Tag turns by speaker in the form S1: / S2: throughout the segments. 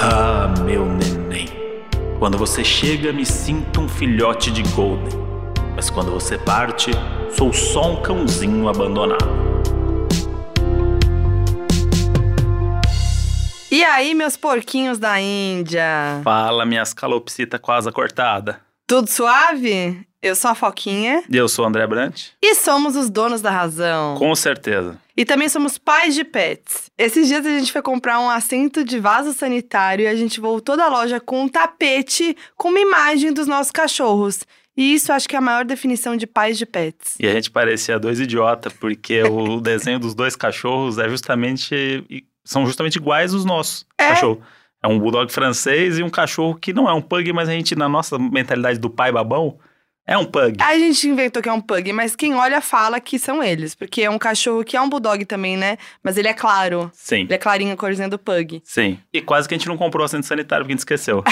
S1: Ah, Quando você chega, me sinto um filhote de Golden, mas quando você parte, sou só um cãozinho abandonado.
S2: E aí, meus porquinhos da Índia?
S1: Fala, minhas calopsita quase cortada.
S2: Tudo suave? Eu sou a Foquinha
S1: E eu sou o André Brant?
S2: e somos os donos da razão.
S1: Com certeza.
S2: E também somos pais de pets. Esses dias a gente foi comprar um assento de vaso sanitário e a gente voltou da loja com um tapete com uma imagem dos nossos cachorros. E isso acho que é a maior definição de pais de pets.
S1: E a gente parecia dois idiota, porque o desenho dos dois cachorros é justamente. e são justamente iguais os nossos
S2: É.
S1: cachorro. É um bulldog francês e um cachorro que não é um pug, mas a gente, na nossa mentalidade do pai babão, é um pug.
S2: A gente inventou que é um pug, mas quem olha fala que são eles, porque é um cachorro que é um bulldog também, né? Mas ele é claro.
S1: Sim.
S2: Ele é clarinho, a corzinha do pug.
S1: Sim. E quase que a gente não comprou assento sanitário, porque a gente esqueceu.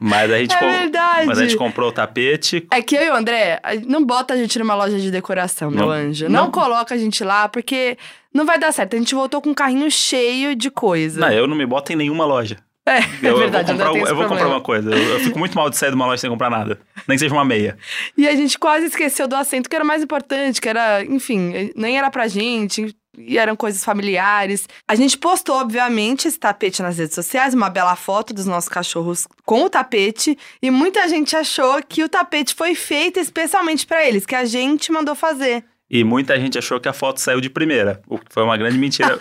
S1: mas, a gente
S2: é
S1: com-
S2: verdade.
S1: tipo, mas a gente comprou o tapete.
S2: É que eu e o André, a- não bota a gente numa loja de decoração, meu
S1: Não.
S2: anjo. Não,
S1: Não.
S2: coloca a gente lá, porque não vai dar certo. A gente voltou com um carrinho cheio de coisa.
S1: Não, eu não me boto em nenhuma loja. Eu-
S2: É, é
S1: eu,
S2: verdade,
S1: vou comprar,
S2: André tem
S1: eu
S2: esse
S1: vou comprar
S2: problema.
S1: uma coisa. Eu, eu fico muito mal de sair de uma loja sem comprar nada. Nem que seja uma meia.
S2: E a gente quase esqueceu do assento, que era o mais importante, que era, enfim, nem era pra gente, e eram coisas familiares. A gente postou, obviamente, esse tapete nas redes sociais, uma bela foto dos nossos cachorros com o tapete, e muita gente achou que o tapete foi feito especialmente pra eles, que a gente mandou fazer.
S1: E muita gente achou que a foto saiu de primeira, o que foi uma grande mentira.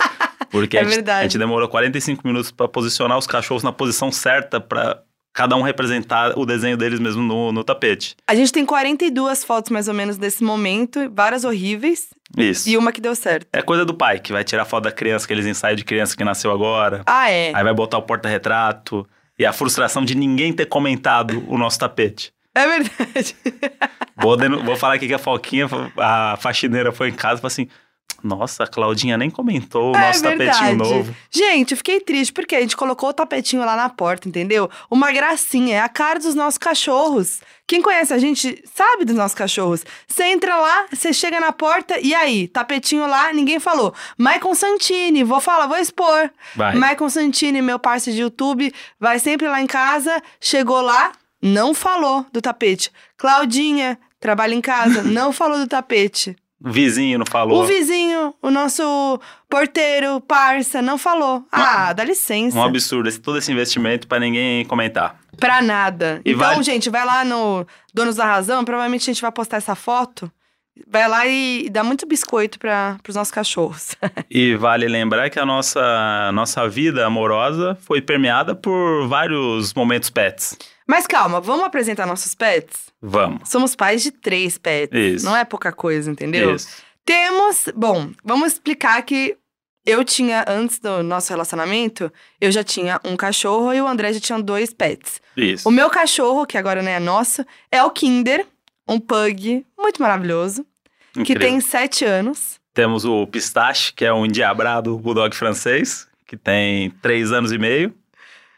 S1: Porque
S2: É
S1: a, gente,
S2: verdade.
S1: a gente demorou 45 minutos pra posicionar os cachorros na posição certa pra cada um representar o desenho deles mesmo no, no tapete.
S2: A gente tem 42 fotos mais ou menos desse momento, várias horríveis
S1: Isso.
S2: e uma que deu certo.
S1: É coisa do pai, que vai tirar foto da criança, aqueles ensaios de criança que nasceu agora.
S2: Ah, é.
S1: Aí vai botar o porta-retrato. E a frustração de ninguém ter comentado o nosso tapete.
S2: É verdade.
S1: Vou, denu- vou falar aqui que a Foquinha, a faxineira foi em casa e falou assim... Nossa, a Claudinha nem comentou o
S2: É
S1: nosso tapetinho
S2: verdade.
S1: novo.
S2: Gente, eu fiquei triste porque a gente colocou o tapetinho lá na porta, entendeu? Uma gracinha, é a cara dos nossos cachorros. Quem conhece a gente sabe dos nossos cachorros. Você entra lá, você chega na porta e aí, tapetinho lá, ninguém falou. Maicon Santini, vou falar, vou expor.
S1: Vai.
S2: Maicon Santini, meu parceiro de YouTube, vai sempre lá em casa, chegou lá, não falou do tapete. Claudinha, trabalha em casa, não falou do tapete.
S1: Vizinho não falou.
S2: O vizinho, o nosso porteiro, parça, não falou. Ah, dá licença.
S1: Um absurdo, esse, todo esse investimento pra ninguém comentar.
S2: Pra nada.
S1: E
S2: então,
S1: vale-
S2: gente, vai lá no Donos da Razão, provavelmente a gente vai postar essa foto. Vai lá e dá muito biscoito para os nossos cachorros.
S1: E vale lembrar que a nossa, nossa vida amorosa foi permeada por vários momentos pets.
S2: Mas calma, vamos apresentar nossos pets?
S1: Vamos.
S2: Somos pais de três pets.
S1: Isso.
S2: Não é pouca coisa, entendeu?
S1: Isso.
S2: Temos. Bom, vamos explicar que eu tinha, antes do nosso relacionamento, eu já tinha um cachorro e o André já tinha dois pets.
S1: Isso.
S2: O meu cachorro, que agora não é nosso, é o Kinder, um pug muito maravilhoso, que
S1: Incrível.
S2: tem sete anos.
S1: Temos o Pistache, que é um endiabrado bulldog francês, que tem três anos e meio.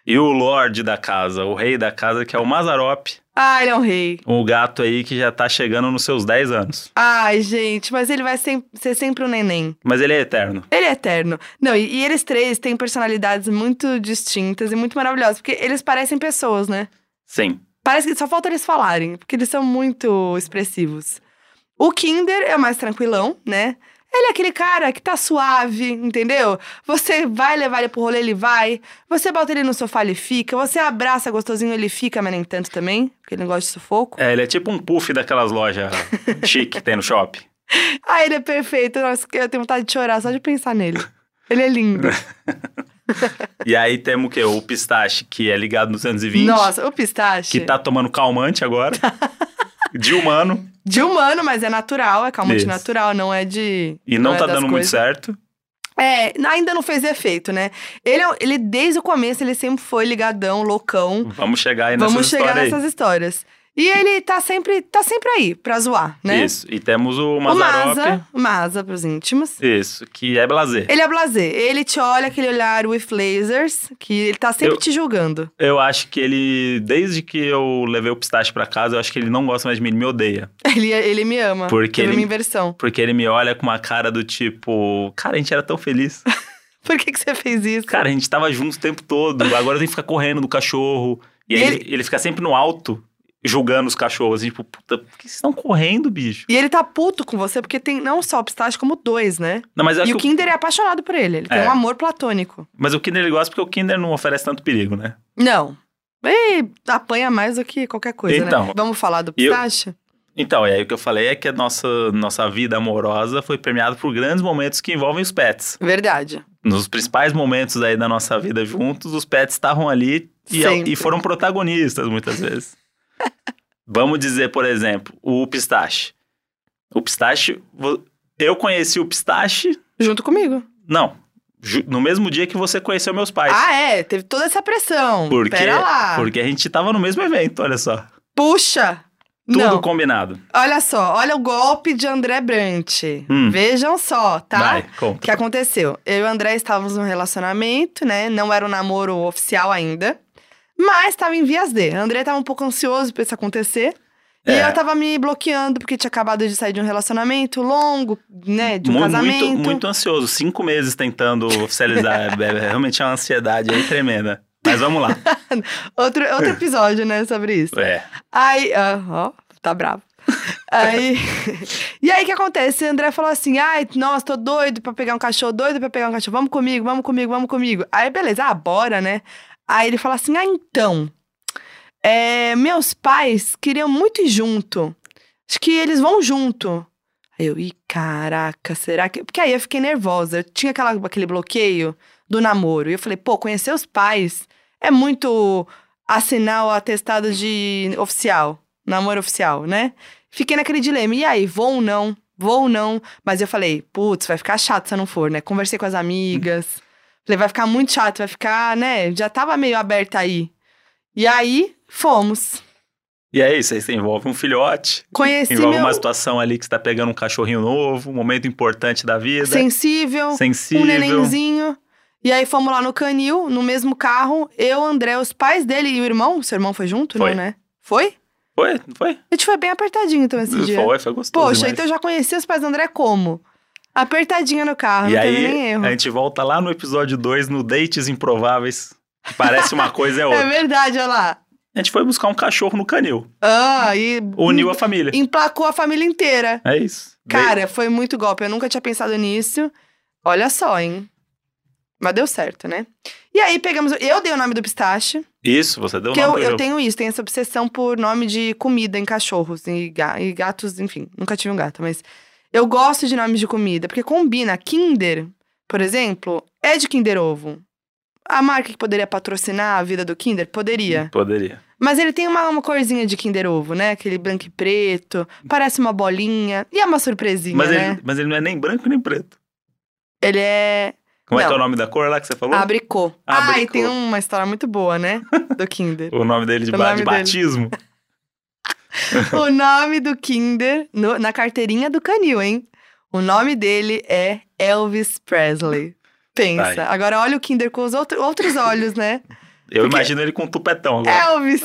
S1: E o Lorde da casa, o rei da casa, que é o Mazarop,
S2: Ah, ele é um rei.
S1: um gato aí que já tá chegando nos seus 10 anos.
S2: Ai, gente, mas ele vai sem- ser sempre um neném.
S1: Mas ele é eterno.
S2: Ele é eterno. Não, e, e eles três têm personalidades muito distintas e muito maravilhosas, porque eles parecem pessoas, né?
S1: Sim.
S2: Parece que só falta eles falarem, porque eles são muito expressivos. O Kinder é o mais tranquilão, né? Ele é aquele cara que tá suave, entendeu? Você vai levar ele pro rolê, ele vai. Você bota ele no sofá, ele fica. Você abraça gostosinho, ele fica, mas nem tanto também, porque ele não gosta de sufoco.
S1: É, ele é tipo um puff daquelas lojas chique que tem no shopping.
S2: Ah, ele é perfeito. Nossa, eu tenho vontade de chorar só de pensar nele. Ele é lindo.
S1: E aí temos o quê? O pistache, que é ligado no 220.
S2: Nossa, o pistache.
S1: Que tá tomando calmante agora. de humano.
S2: De humano, mas é natural, é calmante
S1: Isso.
S2: natural, não é de.
S1: E não,
S2: é
S1: tá
S2: das
S1: dando muito
S2: coisas.
S1: certo.
S2: É, ainda não fez efeito, né? Ele, é- ele desde o começo, ele sempre foi ligadão, loucão.
S1: Vamos chegar aí
S2: Vamos
S1: nessas
S2: chegar
S1: histórias aí.
S2: nessas histórias. E ele tá sempre, tá sempre aí pra zoar, né?
S1: Isso. E temos o
S2: O
S1: Mazarop.
S2: Maza, o Maza pros íntimos.
S1: Isso, que é blazer.
S2: Ele é blazer. Ele te olha aquele olhar with lasers, que ele tá sempre
S1: Eu-
S2: te julgando.
S1: Eu acho que ele, desde que eu levei o pistache pra casa, eu acho que ele não gosta mais de mim, ele me odeia.
S2: Ele, ele me ama.
S1: Porque
S2: Teve
S1: ele-
S2: uma inversão.
S1: Porque ele me olha com uma cara do tipo, cara, a gente era tão feliz.
S2: Por que, que você fez isso?
S1: Cara, a gente tava junto o tempo todo. Agora tem que ficar correndo do cachorro. E,
S2: E
S1: aí
S2: ele-
S1: ele... ele fica sempre no alto, julgando os cachorros. assim, tipo, puta, por que vocês estão correndo, bicho?
S2: E ele tá puto com você porque tem não só o pistache, como dois, né?
S1: Não, mas eu
S2: E
S1: acho
S2: o
S1: que o-
S2: Kinder é apaixonado por ele. Ele tem
S1: É.
S2: um amor platônico.
S1: Mas o Kinder ele gosta porque o Kinder não oferece tanto perigo, né?
S2: Não. E apanha mais do que qualquer coisa,
S1: Então.
S2: né? Vamos falar do
S1: E eu-
S2: pistache?
S1: Então, e aí o que eu falei é que a nossa, nossa vida amorosa foi permeada por grandes momentos que envolvem os pets.
S2: Verdade.
S1: Nos principais momentos aí da nossa vida juntos, os pets estavam ali e,
S2: Sempre.
S1: e foram protagonistas muitas vezes. Vamos dizer, por exemplo, o pistache. O pistache, vo- eu conheci o pistache,
S2: Junto comigo.
S1: não, ju- no mesmo dia que você conheceu meus pais.
S2: Ah, é. Teve toda essa pressão.
S1: Por quê?
S2: Pera lá.
S1: Porque a gente tava no mesmo evento, olha só.
S2: Puxa!
S1: Tudo
S2: Não.
S1: combinado.
S2: Olha só, olha o golpe de André Brant.
S1: Hum.
S2: Vejam só, tá?
S1: Vai, conta.
S2: O que aconteceu? Eu e o André estávamos num relacionamento, né? Não era um namoro oficial ainda. Mas estava em vias de. O André estava um pouco ansioso pra isso acontecer.
S1: É.
S2: E eu tava me bloqueando, porque tinha acabado de sair de um relacionamento longo, né? De um
S1: Mu-
S2: casamento.
S1: Muito, muito ansioso. Cinco meses tentando oficializar. É, é, Realmente é uma ansiedade aí tremenda. Mas vamos lá.
S2: Outro, outro episódio, né, sobre isso.
S1: É.
S2: Aí, ah, ó, tá bravo. Aí, e aí o que acontece? O André falou assim: ai, nossa, tô doido pra pegar um cachorro, doido pra pegar um cachorro, vamos comigo, vamos comigo, vamos comigo. Aí, beleza, ah, bora, né? Aí ele fala assim: ah, então, é, meus pais queriam muito ir junto, acho que eles vão junto. Aí eu, ih, caraca, será que. Porque aí eu fiquei nervosa, eu tinha aquela, aquele bloqueio do namoro. E eu falei: pô, conhecer os pais é muito assinar o atestado de oficial, namoro oficial, né? Fiquei naquele dilema. E aí, vou ou não? Vou ou não? Mas eu falei, putz, vai ficar chato se eu não for, né? Conversei com as amigas. Falei, vai ficar muito chato, vai ficar, né? Já tava meio aberta aí. E aí, fomos.
S1: E é isso, aí você envolve um filhote,
S2: Conheci
S1: envolve
S2: meu
S1: uma situação ali que você tá pegando um cachorrinho novo, um momento importante da vida,
S2: sensível,
S1: né? sensível.
S2: um nenenzinho. E aí fomos lá no canil, no mesmo carro. Eu, André, os pais dele e o irmão. Seu irmão foi junto,
S1: Foi.
S2: não, né? Foi?
S1: Foi, não foi?
S2: A gente foi bem apertadinho então esse dia.
S1: Foi, foi gostoso.
S2: Poxa,
S1: demais.
S2: então eu já conheci os pais do André como? Apertadinha no carro,
S1: E
S2: não
S1: aí,
S2: teve nem erro.
S1: a gente volta lá no episódio 2, no Dates Improváveis. que Parece uma coisa é outra.
S2: É verdade, olha lá.
S1: A gente foi buscar um cachorro no canil.
S2: Ah, e
S1: Uniu a família.
S2: emplacou a família inteira.
S1: É isso.
S2: Cara, foi muito golpe, eu nunca tinha pensado nisso. Olha só, hein? Mas deu certo, né? E aí pegamos. Eu dei o nome do pistache,
S1: Dei- Isso, você deu o
S2: porque
S1: nome
S2: eu,
S1: pro
S2: eu
S1: jogo.
S2: tenho isso, tenho essa obsessão por nome de comida em cachorros e ga- e gatos, enfim. Nunca tive um gato, mas eu gosto de nomes de comida, porque combina. Kinder, por exemplo, é de Kinder Ovo. A marca que poderia patrocinar a vida do Kinder?
S1: Uhum.
S2: Poderia.
S1: Poderia.
S2: Mas ele tem uma, uma corzinha de Kinder Ovo, né? Aquele branco e preto. Parece uma bolinha. E é uma surpresinha,
S1: Mas,
S2: né?
S1: ele, mas ele não é nem branco nem preto.
S2: Ele é
S1: Como é
S2: Não. Ah,
S1: que é o nome da cor lá que você falou?
S2: abricô.
S1: Abricô.
S2: Ai, tem uma história muito boa, né? Do Kinder.
S1: O nome dele de,
S2: O
S1: ba-
S2: nome
S1: de
S2: dele.
S1: batismo?
S2: o nome do Kinder no- na carteirinha do canil, hein? O nome dele é Elvis Presley. Pensa.
S1: Ai.
S2: Agora olha o Kinder com os outro- outros olhos, né?
S1: Eu
S2: Porque-
S1: imagino ele com um tupetão agora.
S2: Elvis,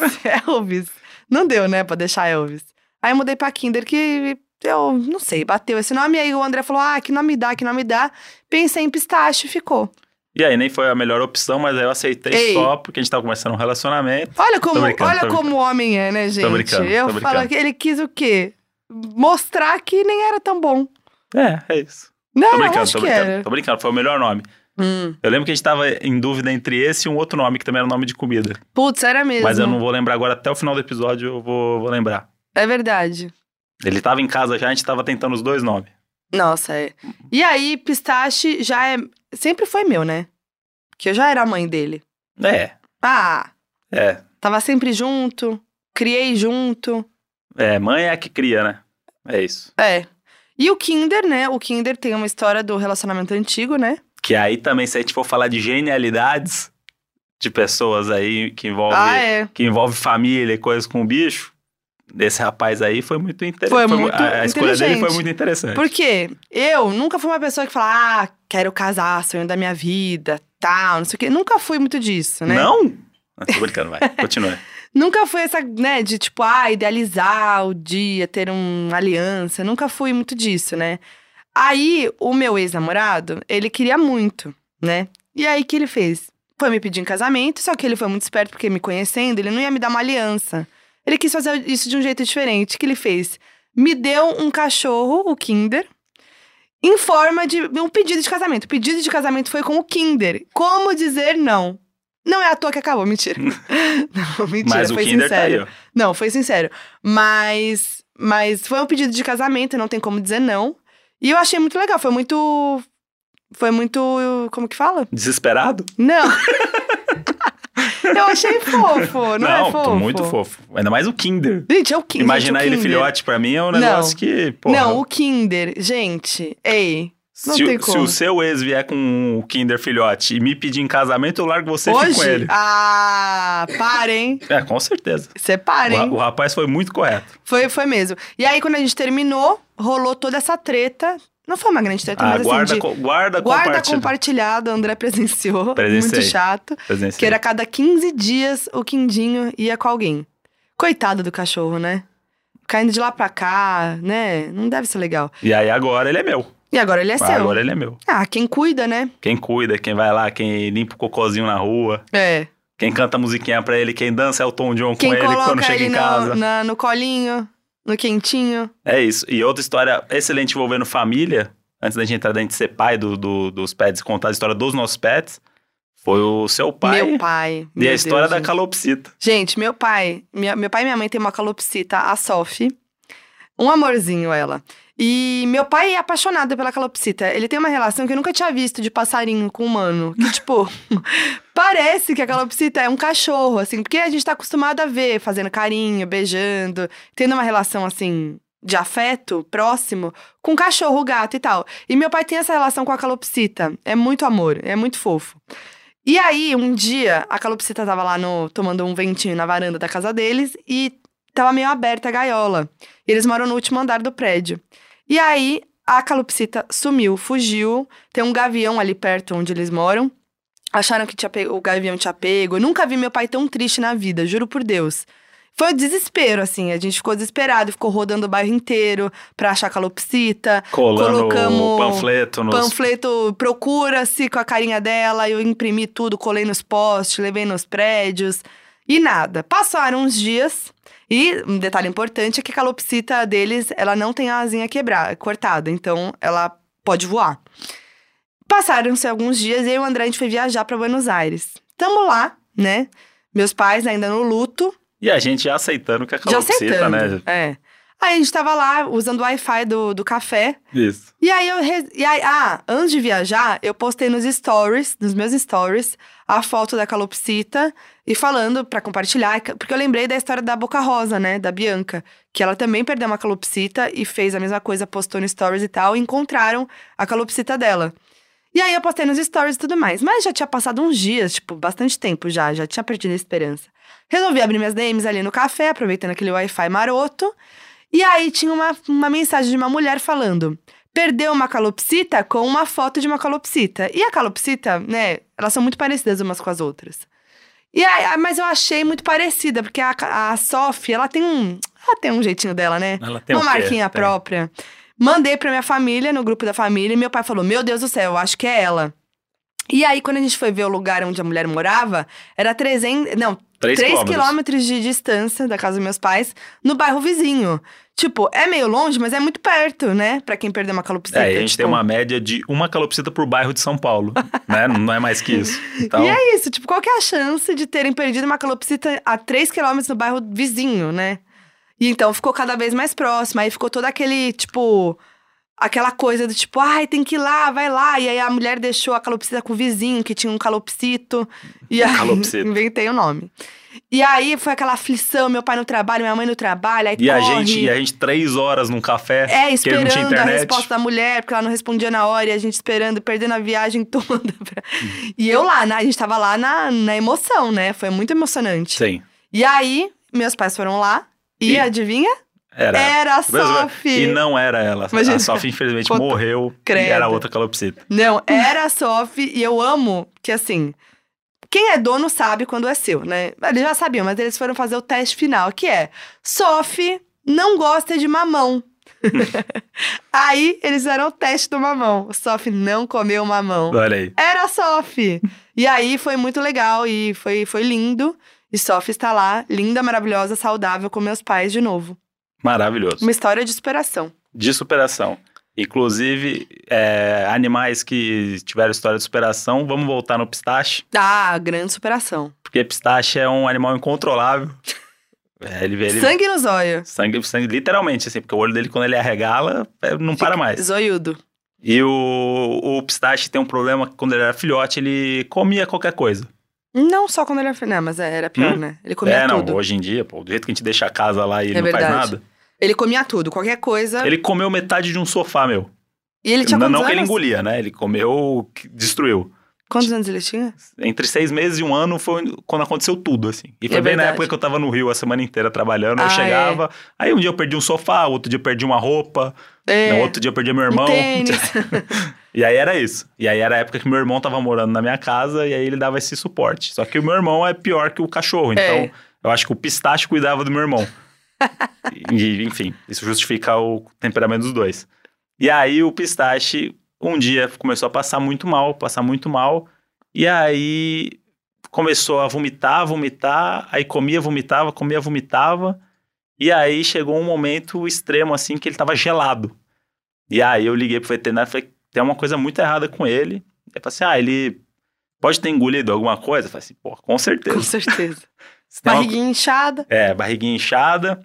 S2: Elvis. Não deu, né, pra deixar Elvis. Aí eu mudei pra Kinder, que eu não sei, bateu esse nome. Aí o André falou: ah, que nome dá, que nome dá. Pensei em pistache, ficou.
S1: E aí, nem foi a melhor opção, mas aí eu aceitei
S2: Ei.
S1: só porque a gente tava começando um relacionamento.
S2: Olha como,
S1: brincando,
S2: olha
S1: tô
S2: como o homem é, né, gente?
S1: brincando, tô
S2: eu falo
S1: brincando.
S2: que ele quis o quê? Mostrar que nem era tão bom.
S1: É, é isso.
S2: Não,
S1: Tô
S2: eu
S1: brincando,
S2: acho
S1: tô
S2: que
S1: brincando.
S2: era.
S1: Tô brincando, foi o melhor nome.
S2: Hum.
S1: Eu lembro que a gente tava em dúvida entre esse e um outro nome, que também era nome de comida.
S2: Putz, era mesmo.
S1: Mas eu não vou lembrar agora, até o final do episódio eu vou, vou lembrar.
S2: É verdade.
S1: Ele tava em casa já, a gente tava tentando os dois nomes.
S2: Nossa, é. E aí, pistache já é. Sempre foi meu, né? Porque eu já era a mãe dele.
S1: É,
S2: Ah,
S1: é.
S2: tava sempre junto, criei junto.
S1: É, mãe é a que cria, né? É isso.
S2: É. E o Kinder, né? O Kinder tem uma história do relacionamento antigo, né?
S1: Que aí também, se a gente for falar de genialidades de pessoas aí que envolve,
S2: Ah, é.
S1: que envolve família e coisas com bicho, esse rapaz aí foi muito interessante.
S2: Foi muito
S1: a, a escolha dele foi
S2: inteligente.
S1: muito interessante.
S2: Por quê? Eu nunca fui uma pessoa que fala, ah, quero casar, sonho da minha vida, tal, não sei o quê. Nunca fui muito disso, né?
S1: Não? Ah, Tô brincando, vai. Continua.
S2: Nunca fui essa, né, de tipo, ah, idealizar o dia, ter um, uma aliança. Nunca fui muito disso, né? Aí, o meu ex-namorado, ele queria muito. né? E aí, o que ele fez? Foi me pedir em casamento, só que ele foi muito esperto, porque me conhecendo, ele não ia me dar uma aliança. Ele quis fazer isso de um jeito diferente. O que ele fez? Me deu um cachorro, o Kinder, em forma de um pedido de casamento. O pedido de casamento foi com o Kinder. Como dizer não? Não é à toa que acabou, mentira. não, mentira,
S1: Mas o
S2: foi
S1: Kinder tá
S2: sincero.
S1: aí, ó.
S2: Não, foi sincero. Mas, mas foi um pedido de casamento, não tem como dizer não. E eu achei muito legal, foi muito. Foi muito. Como que fala?
S1: Desesperado?
S2: Não! eu achei fofo, não, é fofo?
S1: tô muito fofo. Ainda mais o Kinder.
S2: Gente, é o Kinder.
S1: Imaginar
S2: gente, o
S1: ele
S2: Kinder.
S1: filhote pra mim é um
S2: Não.
S1: negócio que, porra.
S2: Não, o Kinder. Gente, ei. não
S1: se,
S2: tem
S1: o- se
S2: como.
S1: o seu ex vier com o Kinder filhote e me pedir em casamento, eu largo você e fico com
S2: Hoje.
S1: ele.
S2: Ah, parem.
S1: É, com certeza. O,
S2: Separem.
S1: ra- o rapaz foi muito correto.
S2: Foi, foi mesmo. E aí, quando a gente terminou, rolou toda essa treta. Não foi uma grande treta,
S1: Ah,
S2: mas
S1: guarda,
S2: assim, de-
S1: co- guarda,
S2: Guarda
S1: compartilha.
S2: compartilhada, André presenciou.
S1: Presenciei.
S2: Muito chato.
S1: Presença
S2: Que era a cada 15 dias o Quindinho ia com alguém. Coitado do cachorro, né? Caindo de lá pra cá, né? Não deve ser legal.
S1: aí. E aí agora ele é meu.
S2: E agora ele é seu.
S1: Agora ele é meu.
S2: Ah, quem cuida, né?
S1: Quem cuida, quem vai lá, quem limpa o cocôzinho na rua,
S2: É.
S1: quem canta musiquinha pra ele, quem dança é o Tom John
S2: Quem
S1: com ele quando
S2: coloca
S1: chega
S2: ele
S1: em
S2: no,
S1: casa.
S2: na- no colinho, no quentinho.
S1: É isso. E outra história excelente envolvendo família, antes da gente entrar, da gente ser pai do- do- dos pets, contar a história dos nossos pets, foi o seu pai,
S2: Meu pai.
S1: e
S2: meu
S1: a história
S2: Deus,
S1: da
S2: gente.
S1: calopsita.
S2: Gente, meu pai, minha- meu pai e minha mãe tem uma calopsita, a Sophie. Um amorzinho ela. E meu pai é apaixonado pela calopsita. Ele tem uma relação que eu nunca tinha visto de passarinho com humano. Que, tipo, parece que a calopsita é um cachorro, assim, porque a gente tá acostumado a ver fazendo carinho, beijando, tendo uma relação assim. De afeto próximo com cachorro, gato e tal. E meu pai tem essa relação com a calopsita. É muito amor, é muito fofo. E aí, um dia, a calopsita tava lá no, tomando um ventinho na varanda da casa deles e tava meio aberta a gaiola. E eles moram no último andar do prédio. E aí, a calopsita sumiu, fugiu. Tem um gavião ali perto onde eles moram. Acharam que tinha pego- o gavião tinha pego. Eu nunca vi meu pai tão triste na vida, juro por Deus. Foi um desespero, assim. A gente ficou desesperado, ficou rodando o bairro inteiro pra achar a calopsita
S1: Colando
S2: Colocamos
S1: o panfleto nos...
S2: panfleto procura-se com a carinha dela, eu imprimi tudo, colei nos postes, levei nos prédios e nada. Passaram uns dias e um detalhe importante é que a calopsita deles, ela não tem a asinha quebrada, cortada, então ela pode voar. Passaram-se alguns dias e eu e o André a gente foi viajar para Buenos Aires. Tamo lá, né? Meus pais ainda no luto,
S1: E a gente já aceitando que a
S2: já
S1: calopsita,
S2: aceitando.
S1: né?
S2: É. Aí a gente tava lá usando o Wi-Fi do, do café.
S1: Isso.
S2: E aí eu. re- E aí, ah, antes de viajar, eu postei nos stories, nos meus stories, a foto da calopsita e falando pra compartilhar, porque eu lembrei da história da Boca Rosa, né, da Bianca, que ela também perdeu uma calopsita e fez a mesma coisa, postou no stories e tal, e encontraram a calopsita dela. E aí eu postei nos stories e tudo mais, mas já tinha passado uns dias, tipo, bastante tempo já, já tinha perdido a esperança. Resolvi abrir minhas DMs ali no café, aproveitando aquele Wi-Fi maroto. E aí tinha uma, uma mensagem de uma mulher falando: perdeu uma calopsita com uma foto de uma calopsita. E a calopsita, né, elas são muito parecidas umas com as outras. E aí, ah, mas eu achei muito parecida, porque a, ca- a Sophie, ela tem um. Ela tem um jeitinho dela, né?
S1: Ela tem
S2: uma
S1: o quê?
S2: marquinha
S1: Tem.
S2: própria. Mandei pra minha família, no grupo da família, e meu pai falou: Meu Deus do céu, eu acho que é ela. E aí, quando a gente foi ver o lugar onde a mulher morava, era 300. Não,
S1: Três,
S2: 3
S1: quilômetros.
S2: quilômetros de distância da casa dos meus pais, no bairro vizinho. Tipo, é meio longe, mas é muito perto, né? Pra quem perdeu uma calopsita.
S1: É, e a gente
S2: tipo.
S1: tem uma média de uma calopsita por bairro de São Paulo, né? Não é mais que isso. Então,
S2: E é isso, tipo, qual que é a chance de terem perdido uma calopsita a 3 quilômetros no bairro vizinho, né? E então ficou cada vez mais próximo, aí ficou todo aquele, tipo, aquela coisa do tipo, ai, tem que ir lá, vai lá. E aí a mulher deixou a calopsita com o vizinho, que tinha um calopsito. E aí,
S1: Calopsito.
S2: inventei o nome. E aí foi aquela aflição, meu pai no trabalho, minha mãe no trabalho, aí
S1: e, a
S2: corre.
S1: gente, e a gente três horas num café,
S2: É,
S1: porque não tinha
S2: esperando a
S1: internet.
S2: resposta da mulher, porque ela não respondia na hora, e a gente esperando, perdendo a viagem toda. pra- E eu lá, né? A gente tava lá na, na emoção, né? Foi muito emocionante.
S1: Sim,
S2: E aí, meus pais foram lá, e,
S1: E-
S2: adivinha?
S1: era.
S2: Era a
S1: Mas- E
S2: É, Sophie! Não...
S1: não era ela.
S2: Imagina.
S1: A Sophie, infelizmente,
S2: Puta,
S1: morreu e
S2: credo.
S1: era outra calopsita.
S2: era a Sophie, e eu amo que assim. Quem é dono sabe quando é seu, né? Eles já sabiam, mas eles foram fazer o teste final, que é: Sophie não gosta de mamão. Aí eles fizeram o teste do mamão. Sophie não comeu mamão.
S1: Olha aí.
S2: Era a Sophie! E aí foi muito legal e foi, foi lindo. E Sophie está lá, linda, maravilhosa, saudável, com meus pais de novo.
S1: Maravilhoso.
S2: Uma história de superação.
S1: De superação. Inclusive, é, animais que tiveram história de superação, vamos voltar no pistache,
S2: Ah, grande superação.
S1: porque pistache é um animal incontrolável. É, ele, ele,
S2: Sangue no zóio.
S1: sangue, sangue, literalmente, assim, porque o olho dele, quando ele arregala, é, não para mais.
S2: Zoiudo.
S1: E o, o pistache tem um problema que quando ele era filhote, ele comia qualquer coisa.
S2: Não só quando ele era. Não, mas era pior,
S1: Hum?
S2: né? Ele comia
S1: é, não,
S2: tudo.
S1: hoje em dia, pô, do jeito que a gente deixa a casa lá e ele
S2: É
S1: não faz
S2: verdade.
S1: nada.
S2: Ele comia tudo, qualquer coisa.
S1: Ele comeu metade de um sofá, meu.
S2: E ele tinha
S1: não
S2: quantos
S1: não que ele
S2: anos?
S1: engolia, né? Ele comeu, que- destruiu.
S2: Quantos anos ele tinha?
S1: Entre seis meses e um ano foi quando aconteceu tudo, assim. E foi
S2: É
S1: bem na
S2: verdade.
S1: época que eu tava no Rio a semana inteira trabalhando. eu
S2: Ah,
S1: chegava, aí um dia eu perdi um sofá, outro dia eu perdi uma roupa,
S2: É,
S1: no outro dia eu perdi meu
S2: um
S1: irmão.
S2: tênis.
S1: E aí era isso. E aí era a época que meu irmão tava morando na minha casa e aí ele dava esse suporte. Só que o meu irmão é pior que o cachorro, então
S2: É.
S1: eu acho que o pistache cuidava do meu irmão. e, enfim, isso justifica o temperamento dos dois. E aí o pistache um dia começou a passar muito mal, passar muito mal. E aí começou a vomitar, vomitar, aí comia, vomitava, comia, vomitava. E aí chegou um momento extremo, assim, que ele tava gelado. E aí eu liguei pro veterinário e falei, tem uma coisa muito errada com ele. Ele falou assim, ah, ele pode ter engolido alguma coisa? Eu falei assim, pô, com
S2: Com
S1: certeza.
S2: certeza.
S1: Se tem uma-
S2: Barriguinha inchada.
S1: é, barriguinha inchada.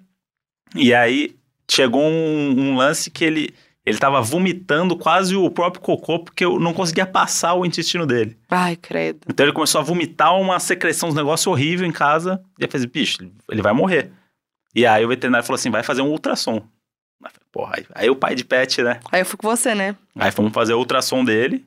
S1: E aí chegou um, um lance que ele, ele tava vomitando quase o próprio cocô, porque eu não conseguia passar o intestino dele.
S2: Ai, credo.
S1: Então ele começou a vomitar uma secreção, uns negócios horrível em casa. E eu falei, bicho, ele vai morrer. E aí o veterinário falou assim, vai fazer um ultrassom. Aí eu falei, Porra, aí, aí o pai de pet, né?
S2: Aí eu fui com você, né?
S1: Aí fomos fazer o ultrassom dele.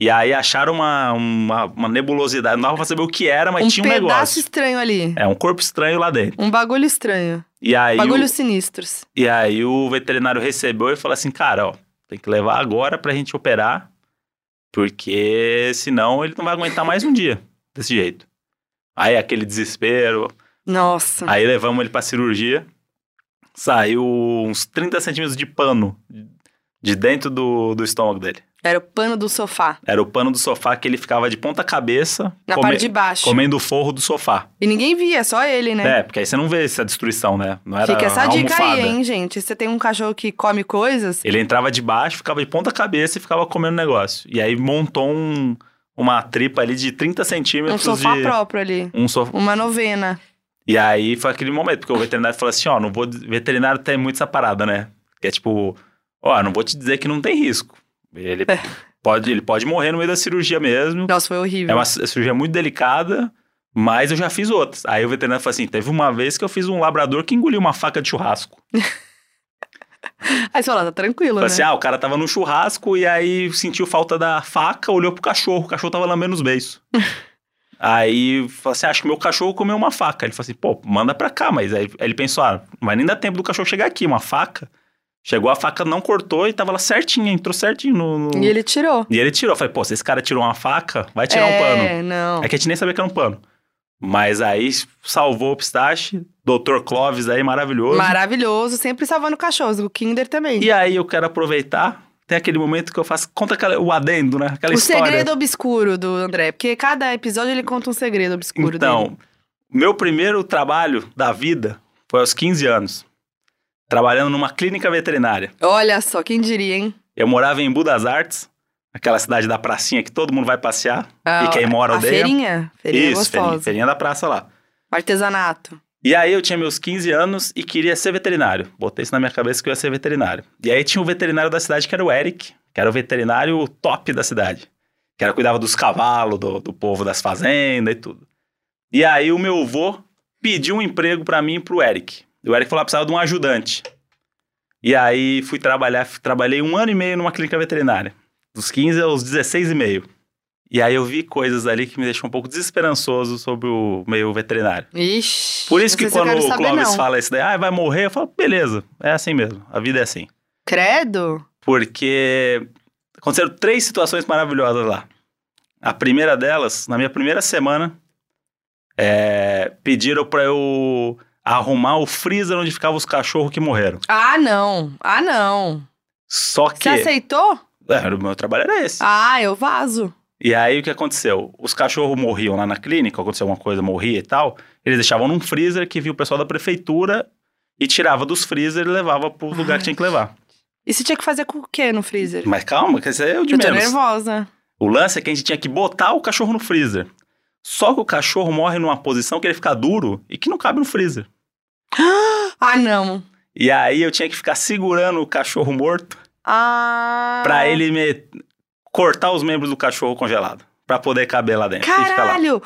S1: E aí acharam uma, uma, uma nebulosidade. Não dava pra saber o que era, mas
S2: um
S1: tinha um
S2: pedaço
S1: negócio.
S2: estranho ali.
S1: É, um corpo estranho lá dentro.
S2: Um bagulho estranho.
S1: E aí,
S2: Bagulhos
S1: o,
S2: sinistros.
S1: e aí o veterinário recebeu e falou assim, cara, ó, tem que levar agora pra gente operar. Porque senão ele não vai aguentar mais um dia desse jeito. Aí aquele desespero,
S2: Nossa.
S1: Aí levamos ele pra cirurgia. Saiu uns 30 centímetros de pano de dentro do, do estômago dele.
S2: Era o pano do sofá.
S1: Era o pano do sofá que ele ficava de ponta cabeça
S2: Na
S1: come-
S2: parte de baixo.
S1: comendo o forro do sofá.
S2: E ninguém via, só ele, né?
S1: É, porque aí você não vê essa destruição, né? Não era
S2: Fica essa dica
S1: almofada.
S2: aí, hein, gente? Você tem um cachorro que come coisas,
S1: Ele entrava de baixo, ficava de ponta cabeça e ficava comendo negócio. E aí montou um- uma tripa ali de 30
S2: um
S1: centímetros
S2: sofá
S1: de...
S2: próprio ali.
S1: Um sofá
S2: Uma novena.
S1: E aí foi aquele momento, porque o veterinário falou assim, ó, não vou... Veterinário tem muito essa parada, né? Que é tipo, ó, não vou te dizer que não tem risco. Ele,
S2: É.
S1: pode, ele pode morrer no meio da cirurgia mesmo.
S2: Nossa, foi horrível.
S1: É uma ci- cirurgia muito delicada, mas eu já fiz outras. Aí o veterinário falou assim, teve uma vez que eu fiz um labrador que engoliu uma faca de churrasco.
S2: Aí você fala, tá tranquilo,
S1: Falei
S2: né?
S1: assim, ah, o cara tava num churrasco e aí sentiu falta da faca, olhou pro cachorro, o cachorro tava lambendo os beiços. aí, falou assim, acho que meu cachorro comeu uma faca. Ele falou assim, pô, manda pra cá, mas aí ele pensou, ah, não vai nem dar tempo do cachorro chegar aqui, uma faca. Chegou a faca, não cortou e tava lá certinha, entrou certinho no... no-
S2: E ele tirou.
S1: E ele tirou, Eu falei, pô, se esse cara tirou uma faca, vai tirar um pano.
S2: É, não.
S1: É que a gente nem sabia que era um pano. Mas aí salvou o pistache, doutor Clóvis aí, maravilhoso.
S2: Maravilhoso, sempre salvando cachorros. O Kinder também.
S1: E aí eu quero aproveitar, tem aquele momento que eu faço, conta aquela- o adendo, né? Aquela
S2: o
S1: história.
S2: segredo obscuro do André. Porque cada episódio ele conta um segredo obscuro
S1: então,
S2: dele.
S1: meu primeiro trabalho da vida foi aos 15 anos, trabalhando numa clínica veterinária.
S2: Olha só, quem diria, hein?
S1: Eu morava em Budas Artes, aquela cidade da pracinha que todo mundo vai passear.
S2: A,
S1: E quem mora
S2: a
S1: odeia?
S2: Feirinha. Feirinha
S1: Isso, feirinha,
S2: gostosa.
S1: feirinha da praça lá.
S2: Artesanato.
S1: E aí eu tinha meus 15 anos e queria ser veterinário. Botei isso na minha cabeça que eu ia ser veterinário. E aí tinha um veterinário da cidade que era o Eric, que era o veterinário top da cidade. Que era cuidava dos cavalos, do, do povo das fazendas e tudo. E aí o meu avô pediu um emprego pra mim e pro Eric. E o Eric falou, ah, precisava de um ajudante. E aí fui trabalhar, f- trabalhei um ano e meio numa clínica veterinária. Dos 15 aos 16 e meio. E aí eu vi coisas ali que me deixou um pouco desesperançoso sobre o meio veterinário.
S2: Ixi.
S1: Por isso
S2: não
S1: que
S2: sei se eu
S1: quando
S2: quero
S1: o
S2: saber,
S1: Clóvis
S2: não.
S1: fala isso daí, ah, vai morrer, eu falo, beleza, é assim mesmo, a vida é assim.
S2: Credo?
S1: Porque aconteceram três situações maravilhosas lá. A primeira delas, na minha primeira semana, é, pediram pra eu arrumar o freezer onde ficavam os cachorros que morreram.
S2: Ah, não. Ah, não.
S1: Só que
S2: Você aceitou?
S1: é, o meu trabalho era esse.
S2: Ah, eu vazo.
S1: E aí o que aconteceu? Os cachorros morriam lá na clínica, aconteceu alguma coisa, morria e tal. Eles deixavam num freezer que via o pessoal da prefeitura e tirava dos freezer e levava pro lugar que tinha que levar.
S2: E você tinha que fazer com o quê no freezer?
S1: Mas calma, que isso aí é o de
S2: eu tô
S1: menos.
S2: nervosa.
S1: O lance é que a gente tinha que botar o cachorro no freezer. Só que o cachorro morre numa posição que ele fica duro e que não cabe no freezer.
S2: Ah, não.
S1: E aí eu tinha que ficar segurando o cachorro morto
S2: Ah.
S1: pra ele me- cortar os membros do cachorro congelado. Pra poder caber lá dentro. E ficar lá.
S2: Caralho!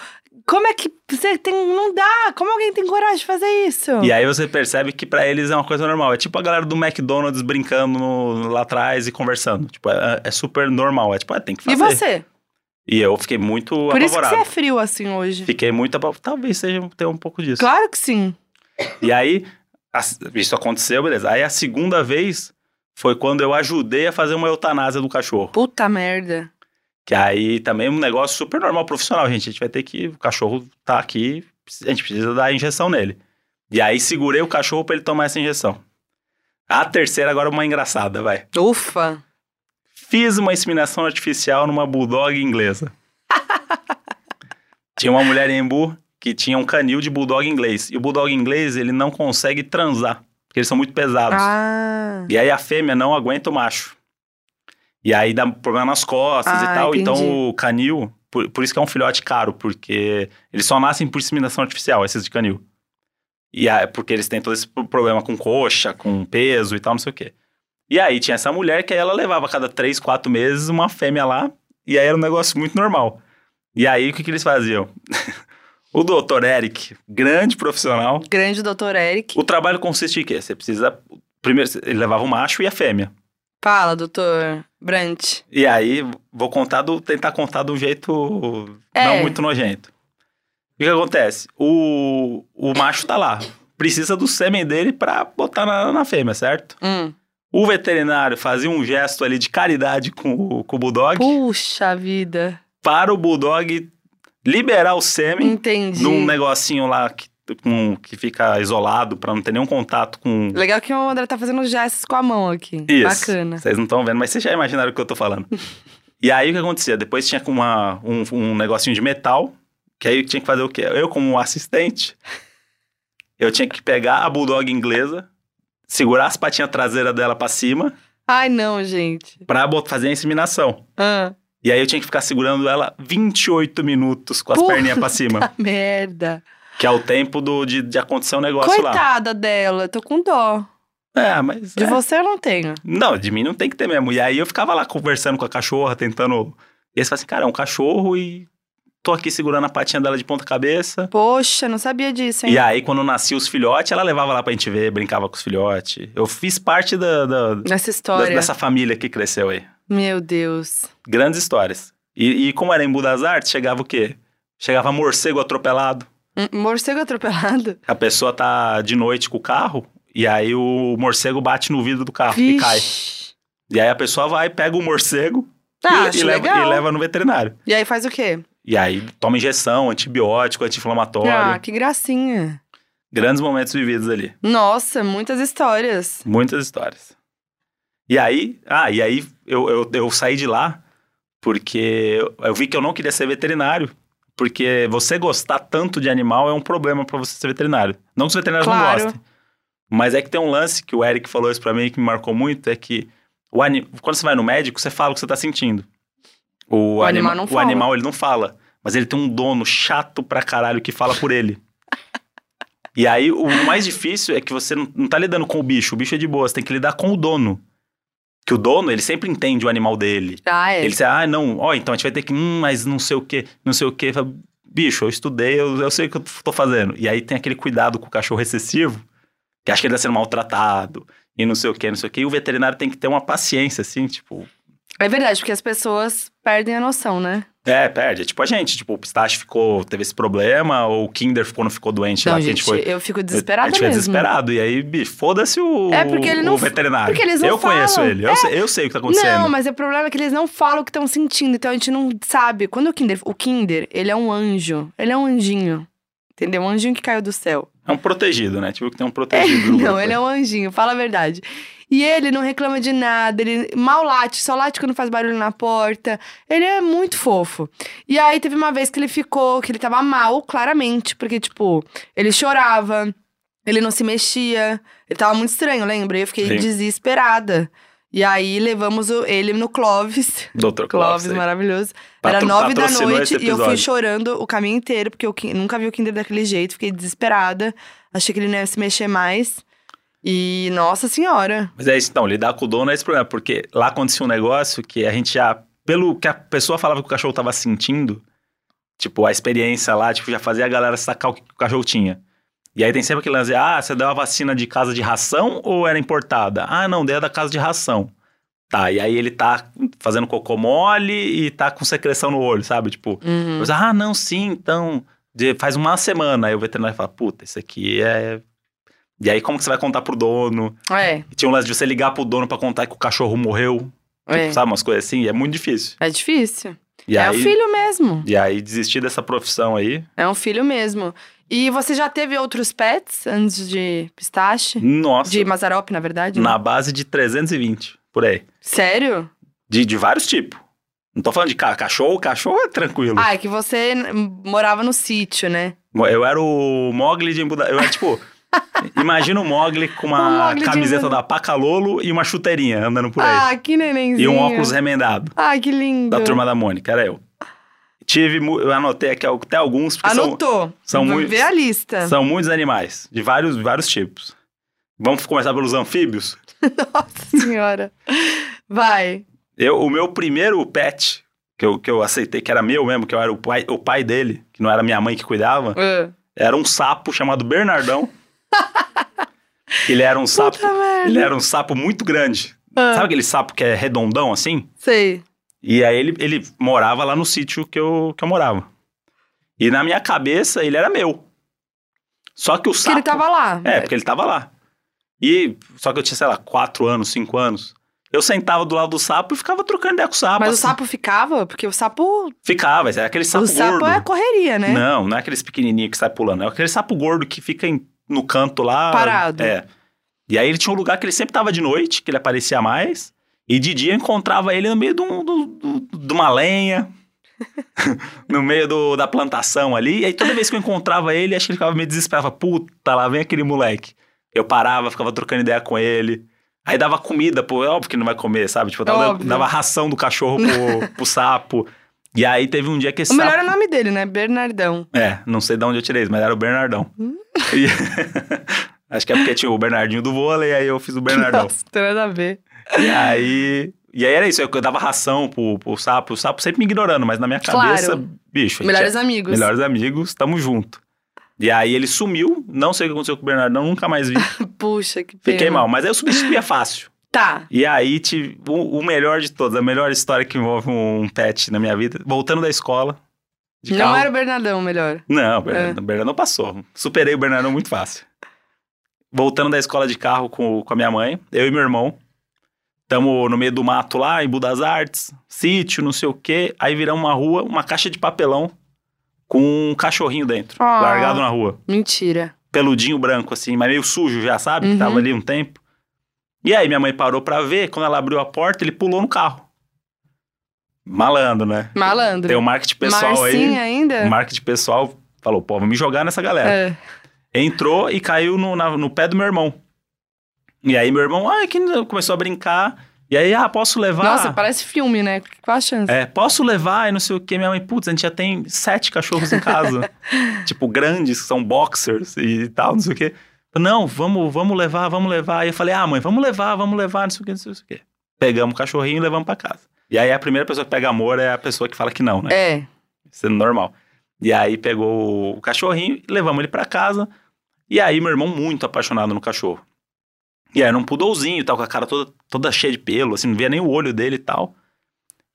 S2: Como é que. Você tem. Não dá! Como alguém tem coragem de fazer isso?
S1: E aí você percebe que pra eles é uma coisa normal. É tipo a galera do McDonald's brincando no- lá atrás e conversando. Tipo, é, é super normal. É tipo, ah, tem que
S2: E
S1: fazer.
S2: você?
S1: E eu fiquei muito
S2: Por isso que
S1: apavorado.
S2: você é frio assim hoje.
S1: Fiquei muito apavorado. Talvez seja ter um pouco disso.
S2: Claro que sim.
S1: E aí, a- isso aconteceu, beleza. Aí a segunda vez foi quando eu ajudei a fazer uma eutanásia do cachorro.
S2: Puta merda.
S1: Que aí também é um negócio super normal, profissional, gente. A gente vai ter que. O cachorro tá aqui, a gente precisa dar a injeção nele. E aí segurei o cachorro pra ele tomar essa injeção. A terceira, agora é uma engraçada, vai.
S2: Ufa.
S1: Fiz uma inseminação artificial numa bulldog inglesa. tinha uma mulher em Embu que tinha um canil de bulldog inglês. E o bulldog inglês, ele não consegue transar, porque eles são muito pesados.
S2: Ah.
S1: E aí a fêmea não aguenta o macho. E aí dá problema nas costas
S2: Ah,
S1: e tal.
S2: entendi.
S1: Então o canil, por, por isso que é um filhote caro, porque eles só nascem por inseminação artificial, esses de canil. E aí, porque eles têm todo esse pro- problema com coxa, com peso e tal, não sei o quê. E aí tinha essa mulher que aí ela levava a cada três, quatro meses uma fêmea lá, e aí era um negócio muito normal. E aí o que, que eles faziam? o doutor Eric, grande profissional,
S2: Grande doutor Eric.
S1: o trabalho consiste em quê? Você precisa. Primeiro, ele levava o macho e a fêmea.
S2: Fala, doutor Brant.
S1: E aí, vou contar do, tentar contar de um jeito
S2: É.
S1: não muito nojento. O que acontece? O, o macho tá lá. Precisa do sêmen dele pra botar na, na fêmea, certo?
S2: Hum.
S1: O veterinário fazia um gesto ali de caridade com, o- com o bulldog
S2: Puxa vida.
S1: para o bulldog liberar o sêmen
S2: Entendi.
S1: num negocinho lá que, com- que fica isolado pra não ter nenhum contato com
S2: Legal que o André tá fazendo gestos com a mão aqui.
S1: Isso.
S2: Bacana.
S1: Vocês não estão vendo, mas vocês já imaginaram o que eu tô falando. e aí o que acontecia? Depois tinha com uma, um, um negocinho de metal, que aí tinha que fazer o quê? Eu, como assistente, eu tinha que pegar a bulldog inglesa, segurar as patinhas traseiras dela pra cima,
S2: Ai, não, gente.
S1: pra bot- fazer a inseminação.
S2: Ah,
S1: E aí eu tinha que ficar segurando ela 28 minutos com as
S2: Puta
S1: perninhas pra cima,
S2: merda.
S1: que é o tempo do, de, de acontecer um negócio lá.
S2: Coitada dela, eu tô com dó.
S1: É, mas.
S2: De
S1: é.
S2: você eu não tenho.
S1: Não, de mim não tem que ter mesmo. E aí eu ficava lá conversando com a cachorra, tentando. E aí você fala assim, cara, é um cachorro e tô aqui segurando a patinha dela de ponta cabeça.
S2: Poxa, não sabia disso, hein?
S1: E aí, quando nascia os filhotes, ela levava lá pra gente ver, brincava com os filhotes. Eu fiz parte da, da- da-
S2: Nessa história.
S1: dessa família que cresceu aí.
S2: Meu Deus.
S1: Grandes histórias. E, e como era em Budas Artes, chegava o quê? Chegava morcego atropelado.
S2: Um morcego atropelado?
S1: A pessoa tá de noite com o carro, e aí o morcego bate no vidro do carro Ah, e cai.
S2: Vixe.
S1: E aí a pessoa vai, pega o morcego
S2: Tá,
S1: e,
S2: acho
S1: e leva,
S2: legal.
S1: e leva no veterinário.
S2: E aí faz o quê?
S1: E aí toma injeção, antibiótico, anti-inflamatório.
S2: Ah, que gracinha.
S1: Grandes momentos vividos ali.
S2: Nossa, muitas histórias.
S1: Muitas histórias. E aí, ah, e aí eu, eu, eu saí de lá porque eu vi que eu não queria ser veterinário. Porque você gostar tanto de animal é um problema pra você ser veterinário. Não que os veterinários
S2: Claro.
S1: não gostem. Mas é que tem um lance que o Eric falou isso pra mim que me marcou muito: é que o ani- quando você vai no médico, você fala o que você tá sentindo. O,
S2: O
S1: anima-
S2: animal não
S1: O
S2: fala.
S1: animal, ele não fala. Mas ele tem um dono chato pra caralho que fala por ele. E aí, o mais difícil é que você não, não tá lidando com o bicho. O bicho é de boa, você tem que lidar com o dono. Que o dono, ele sempre entende o animal dele.
S2: Ah, é.
S1: Ele diz, ah, não, ó, então a gente vai ter que, hum, mas não sei o quê, não sei o quê. Fala, Bicho, eu estudei, eu, eu sei o que eu tô fazendo. E aí tem aquele cuidado com o cachorro recessivo, que acha que ele tá sendo maltratado, e não sei o quê, não sei o quê. E o veterinário tem que ter uma paciência, assim, tipo...
S2: É verdade, porque as pessoas perdem a noção, né?
S1: É, perde. É tipo a gente, tipo, o pistache ficou, teve esse problema, ou o kinder ficou, não ficou doente lá,
S2: Não,
S1: que
S2: gente,
S1: a gente foi...
S2: eu fico desesperada
S1: a gente foi
S2: mesmo.
S1: desesperado. E aí, bicho, foda-se o,
S2: É, porque ele
S1: o
S2: não-
S1: veterinário.
S2: porque eles não
S1: eu conheço
S2: falam. É.
S1: ele, eu, sei, eu sei o que tá acontecendo.
S2: Não, mas o problema é que eles não falam o que estão sentindo, então a gente não sabe. Quando o Kinder, o Kinder, ele é um anjo, ele é um anjinho. Entendeu? Um anjinho que caiu do céu.
S1: É um protegido, né? Tipo, que tem um protegido. no
S2: não,
S1: grupo.
S2: ele é um anjinho, fala a verdade. E ele não reclama de nada, ele mal late, só late quando faz barulho na porta. Ele é muito fofo. E aí teve uma vez que ele ficou, que ele tava mal, claramente, porque, tipo, ele chorava, ele não se mexia, ele tava muito estranho, lembra? E Eu fiquei
S1: Sim.
S2: desesperada. E aí levamos o- ele no Clóvis.
S1: Doutor
S2: Clóvis,
S1: Clóvis. aí.
S2: maravilhoso. Era
S1: Patro-
S2: nove da
S1: patrocinou
S2: noite
S1: esse
S2: e eu fui
S1: episódio.
S2: chorando o caminho inteiro, porque eu qui- nunca vi o Kinder daquele jeito, fiquei desesperada. Achei que ele não ia se mexer mais. E, nossa senhora.
S1: Mas é isso, então, lidar com o dono é esse problema, porque lá acontecia um negócio que a gente já, pelo que a pessoa falava que o cachorro tava sentindo, tipo, a experiência lá, tipo, já fazia a galera sacar o que o cachorro tinha. E aí tem sempre aquele lance, ah, você deu a vacina de casa de ração ou era importada? Ah, não, deu a da casa de ração. Tá, e aí ele tá fazendo cocô mole e tá com secreção no olho, sabe? Tipo,
S2: Uhum.
S1: Mas, ah, não, sim, então. de- faz uma semana. Aí o veterinário fala, puta, isso aqui é. E aí, como que você vai contar pro dono?
S2: É,
S1: E tinha um lance de você ligar pro dono pra contar que o cachorro morreu.
S2: é.
S1: Tipo, sabe, umas coisas assim. E é muito difícil.
S2: É difícil.
S1: E
S2: é
S1: aí,
S2: o filho mesmo.
S1: E aí, desistir dessa profissão aí.
S2: É um filho mesmo. E você já teve outros pets antes de pistache?
S1: Nossa.
S2: De Mazarop, na verdade? né?
S1: Na base de 320, por aí.
S2: Sério?
S1: De, de vários tipos. Não tô falando de ca- cachorro, cachorro é tranquilo.
S2: Ah, é que você n- morava no sítio, né?
S1: Eu era o Mogli de Embuda. Eu era tipo. imagina o Mogli com
S2: O
S1: uma
S2: Mogli de
S1: camiseta
S2: Embuda-
S1: da Pacalolo e uma chuteirinha andando por aí.
S2: Ah, que nenenzinho.
S1: E um óculos remendado
S2: Ah, que lindo.
S1: da turma da Mônica, era eu. Tive, mu- eu anotei aqui al- até alguns, porque são,
S2: Anotou.
S1: são
S2: Vou
S1: muito-
S2: Ver a lista.
S1: são muitos animais, de vários, vários tipos. Vamos começar pelos anfíbios?
S2: Nossa senhora. Vai.
S1: Eu, o meu primeiro pet, que eu, que eu aceitei que era meu mesmo, que eu era o pai, o pai dele, que não era minha mãe que cuidava,
S2: Ah.
S1: era um sapo chamado Bernardão. ele era um sapo.
S2: Puta merda.
S1: Ele era um sapo muito grande.
S2: Ah,
S1: Sabe aquele sapo que é redondão assim?
S2: Sei.
S1: E aí ele, ele morava lá no sítio que eu, que eu morava. E na minha cabeça ele era meu. Só que o
S2: Porque
S1: sapo.
S2: ele tava lá.
S1: É, porque ele tava lá. E só que eu tinha, sei lá, quatro anos, cinco anos. Eu sentava do lado do sapo e ficava trocando ideia com o sapo.
S2: Mas o
S1: assim.
S2: sapo ficava? Porque o sapo.
S1: Ficava, era aquele sapo
S2: o sapo
S1: gordo.
S2: é correria, né?
S1: Não, não é aqueles pequenininhos que sai pulando. É aquele sapo gordo que fica em- no canto lá.
S2: Parado.
S1: É. E aí ele tinha um lugar que ele sempre tava de noite, que ele aparecia mais. E de dia eu encontrava ele no meio de, um- do- do- de uma lenha. no meio do- da plantação ali. E aí toda vez que eu encontrava ele, acho que ele ficava meio desesperado. Falava, Puta, lá vem aquele moleque. Eu parava, ficava trocando ideia com ele. Aí dava comida, pô, é óbvio que ele não vai comer, sabe? Tipo, eu tava-
S2: É Óbvio.
S1: dava ração do cachorro pro, pro sapo. E aí teve um dia que esse
S2: O
S1: sapo...
S2: melhor é o nome dele, né? Bernardão.
S1: É, não sei de onde eu tirei isso, mas era o Bernardão.
S2: Hum.
S1: E- Acho que é porque tinha o Bernardinho do vôlei, aí eu fiz o Bernardão.
S2: Nossa, tem nada a ver.
S1: E aí. E aí era isso, eu eu dava ração pro, pro sapo, o sapo sempre me ignorando, mas na minha
S2: Claro.
S1: cabeça, bicho. a gente
S2: Melhores
S1: é-
S2: amigos.
S1: melhores amigos, tamo junto. E aí ele sumiu, não sei o que aconteceu com o Bernardão, nunca mais vi.
S2: Puxa, que pena.
S1: Fiquei mal, mas aí eu substituía fácil.
S2: Tá.
S1: E aí, tive o, o melhor de todos, a melhor história que envolve um, um pet na minha vida, voltando da escola. De
S2: Não é
S1: carro.
S2: era o Bernardão o melhor.
S1: Não, o Bernardo, o Bernardo não passou. Superei o Bernardo muito fácil. Voltando da escola de carro com, o- com a minha mãe, eu e meu irmão. Tamo no meio do mato lá, em Budas Artes, sítio, não sei o quê. Aí viramos uma rua, uma caixa de papelão com um cachorrinho dentro,
S2: Ah.
S1: largado na rua.
S2: Mentira.
S1: Peludinho branco, assim, mas meio sujo já, sabe? Que
S2: Uhum.
S1: Tava ali um tempo. E aí minha mãe parou pra ver, quando ela abriu a porta, ele pulou no carro. Malandro, né?
S2: Malandro.
S1: Tem o marketing pessoal aí.
S2: Marcinha ainda?
S1: O marketing pessoal falou, pô, vou me jogar nessa galera.
S2: É.
S1: Entrou e caiu no, na- no pé do meu irmão. E aí meu irmão, ah, que n- começou a brincar. E aí, ah, posso levar?
S2: Nossa, parece filme, né? Qual a chance?
S1: É, posso levar? E não sei o que. Minha mãe, putz, a gente já tem sete cachorros em casa. tipo, grandes, que são boxers e tal, não sei o que. Não, vamos, vamos levar, vamos levar. E eu falei, ah, mãe, vamos levar, vamos levar, não sei o que, não sei o que. Pegamos o cachorrinho e levamos pra casa. E aí a primeira pessoa que pega amor é a pessoa que fala que não, né?
S2: É.
S1: sendo normal. E aí pegou o cachorrinho, levamos ele pra casa. E aí meu irmão muito apaixonado no cachorro. E aí era um pudolzinho e tal, com a cara toda, toda cheia de pelo, assim, não via nem o olho dele e tal.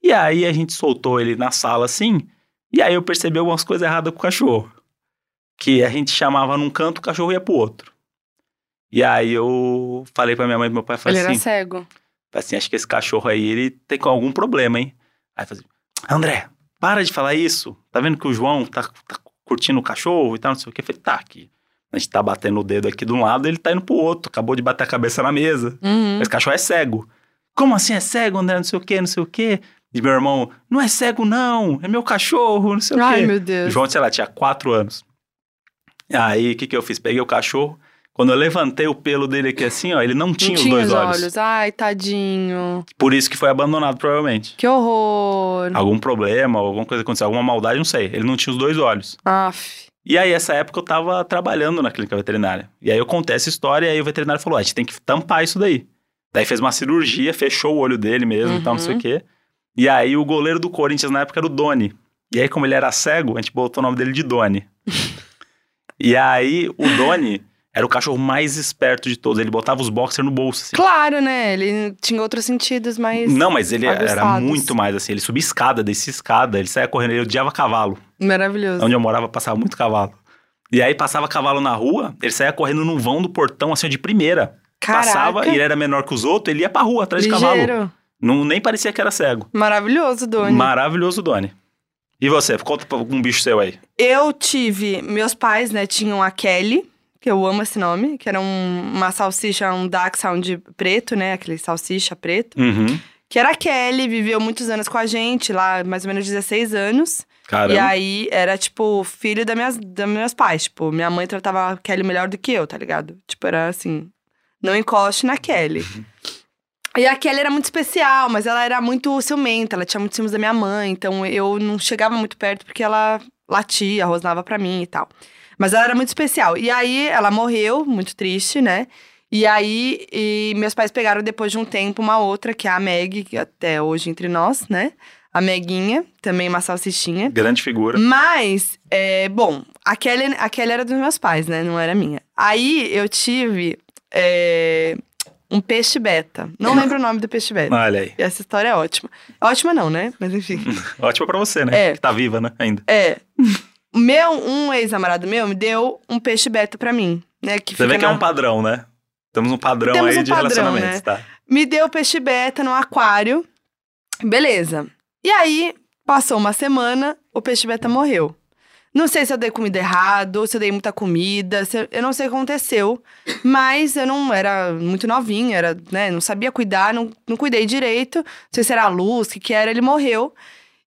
S1: E aí a gente soltou ele na sala assim, e aí eu percebi algumas coisas erradas com o cachorro. Que a gente chamava num canto, o cachorro ia pro outro. E aí eu falei pra minha mãe e pro meu pai, falei
S2: Ele
S1: assim...
S2: era cego.
S1: Falei assim, acho que esse cachorro aí, ele tem com algum problema, hein? Aí eu falei, assim, André, para de falar isso. Tá vendo que o João tá, tá curtindo o cachorro e tal, não sei o quê. Eu falei, tá aqui. A gente tá batendo o dedo aqui de um lado, ele tá indo pro outro. Acabou de bater a cabeça na mesa.
S3: Uhum.
S1: Esse cachorro é cego. Como assim é cego, André? Não sei o quê, não sei o quê. E meu irmão, não é cego, não. É meu cachorro, não sei o
S3: Ai,
S1: quê.
S3: meu Deus.
S1: João, sei lá, tinha quatro anos. Aí, o que que eu fiz? Peguei o cachorro. Quando eu levantei o pelo dele aqui assim, ó, ele não
S3: Não
S1: tinha os dois olhos.
S3: Ai, tadinho.
S1: Por isso que foi abandonado, provavelmente.
S3: Que horror.
S1: Algum problema, alguma coisa aconteceu, alguma maldade, não sei. Ele não tinha os dois olhos.
S3: Aff.
S1: E aí, essa época eu tava trabalhando na clínica veterinária. E aí eu contei essa história e aí o veterinário falou: "Ah, a gente tem que tampar isso daí. Daí fez uma cirurgia, fechou o olho dele mesmo e tal, não sei o
S3: Uhum.
S1: quê. E aí o goleiro do Corinthians na época era o Doni. E aí, como ele era cego, a gente botou o nome dele de Doni. e aí, o Doni era o cachorro mais esperto de todos. Ele botava os boxers no bolso, assim.
S3: Claro, né? Ele tinha outros sentidos, mas.
S1: Não, mas ele é, era
S3: aguçados.
S1: muito mais assim. Ele subia escada, descia escada, ele saía correndo, ele odiava cavalo.
S3: Maravilhoso.
S1: Onde eu morava passava muito cavalo. E aí passava cavalo na rua, ele saía correndo num vão do portão, assim, de primeira.
S3: Caraca.
S1: Passava e ele era menor que os outros, ele ia pra rua atrás de cavalo.
S3: ligeiro.
S1: Não, nem parecia que era cego.
S3: Maravilhoso, Doni.
S1: Maravilhoso, Doni. E você, conta pra um bicho seu aí.
S2: Eu tive. Meus pais, né, tinham a Kelly, que eu amo esse nome, que era um- uma salsicha, um Dachshund preto, né? Aquele salsicha preto.
S1: Uhum.
S2: Que era a Kelly, viveu muitos anos com a gente, lá mais ou menos 16 anos.
S1: Caramba.
S2: E aí era, tipo, filho da minhas, dos meus pais. Tipo, minha mãe tratava a Kelly melhor do que eu, tá ligado? Tipo, era assim: não encoste na Kelly. E a Kelly era muito especial, mas ela era muito ciumenta, ela tinha muitos ciúmes da minha mãe, então eu não chegava muito perto porque ela latia, rosnava pra mim e tal. Mas ela era muito especial. E aí ela morreu, muito triste, né? E aí e meus pais pegaram depois de um tempo uma outra, que é a Meg, que até hoje entre nós, né? A Meguinha, também uma salsichinha.
S1: Grande
S2: Hum.
S1: figura.
S2: Mas, é, bom, a Kelly, a Kelly era dos meus pais, né? Não era minha. Aí eu tive é, um peixe beta. Não lembro o nome do peixe beta.
S1: Olha aí.
S2: Essa história é ótima. Ótima não, né? Mas enfim.
S1: Uhum. Ótimo pra você, né?
S2: É.
S1: Que tá viva, né? Ainda.
S2: É. O Meu, um ex-namorado meu me deu um peixe beta pra mim, né? Que
S1: Você
S2: fica
S1: vê que é
S2: na-
S1: um padrão, né? Temos um padrão
S2: Temos
S1: aí
S2: um
S1: de
S2: padrão,
S1: relacionamentos,
S2: né?
S1: tá?
S2: Me deu peixe beta no aquário. Beleza. E aí, passou uma semana, o peixe beta morreu. Não sei se eu dei comida errado, se eu dei muita comida, se eu, eu não sei o que aconteceu. Mas eu não era muito novinha, era, né, não sabia cuidar, não, não cuidei direito. Não sei se era a luz, o que, que era, ele morreu.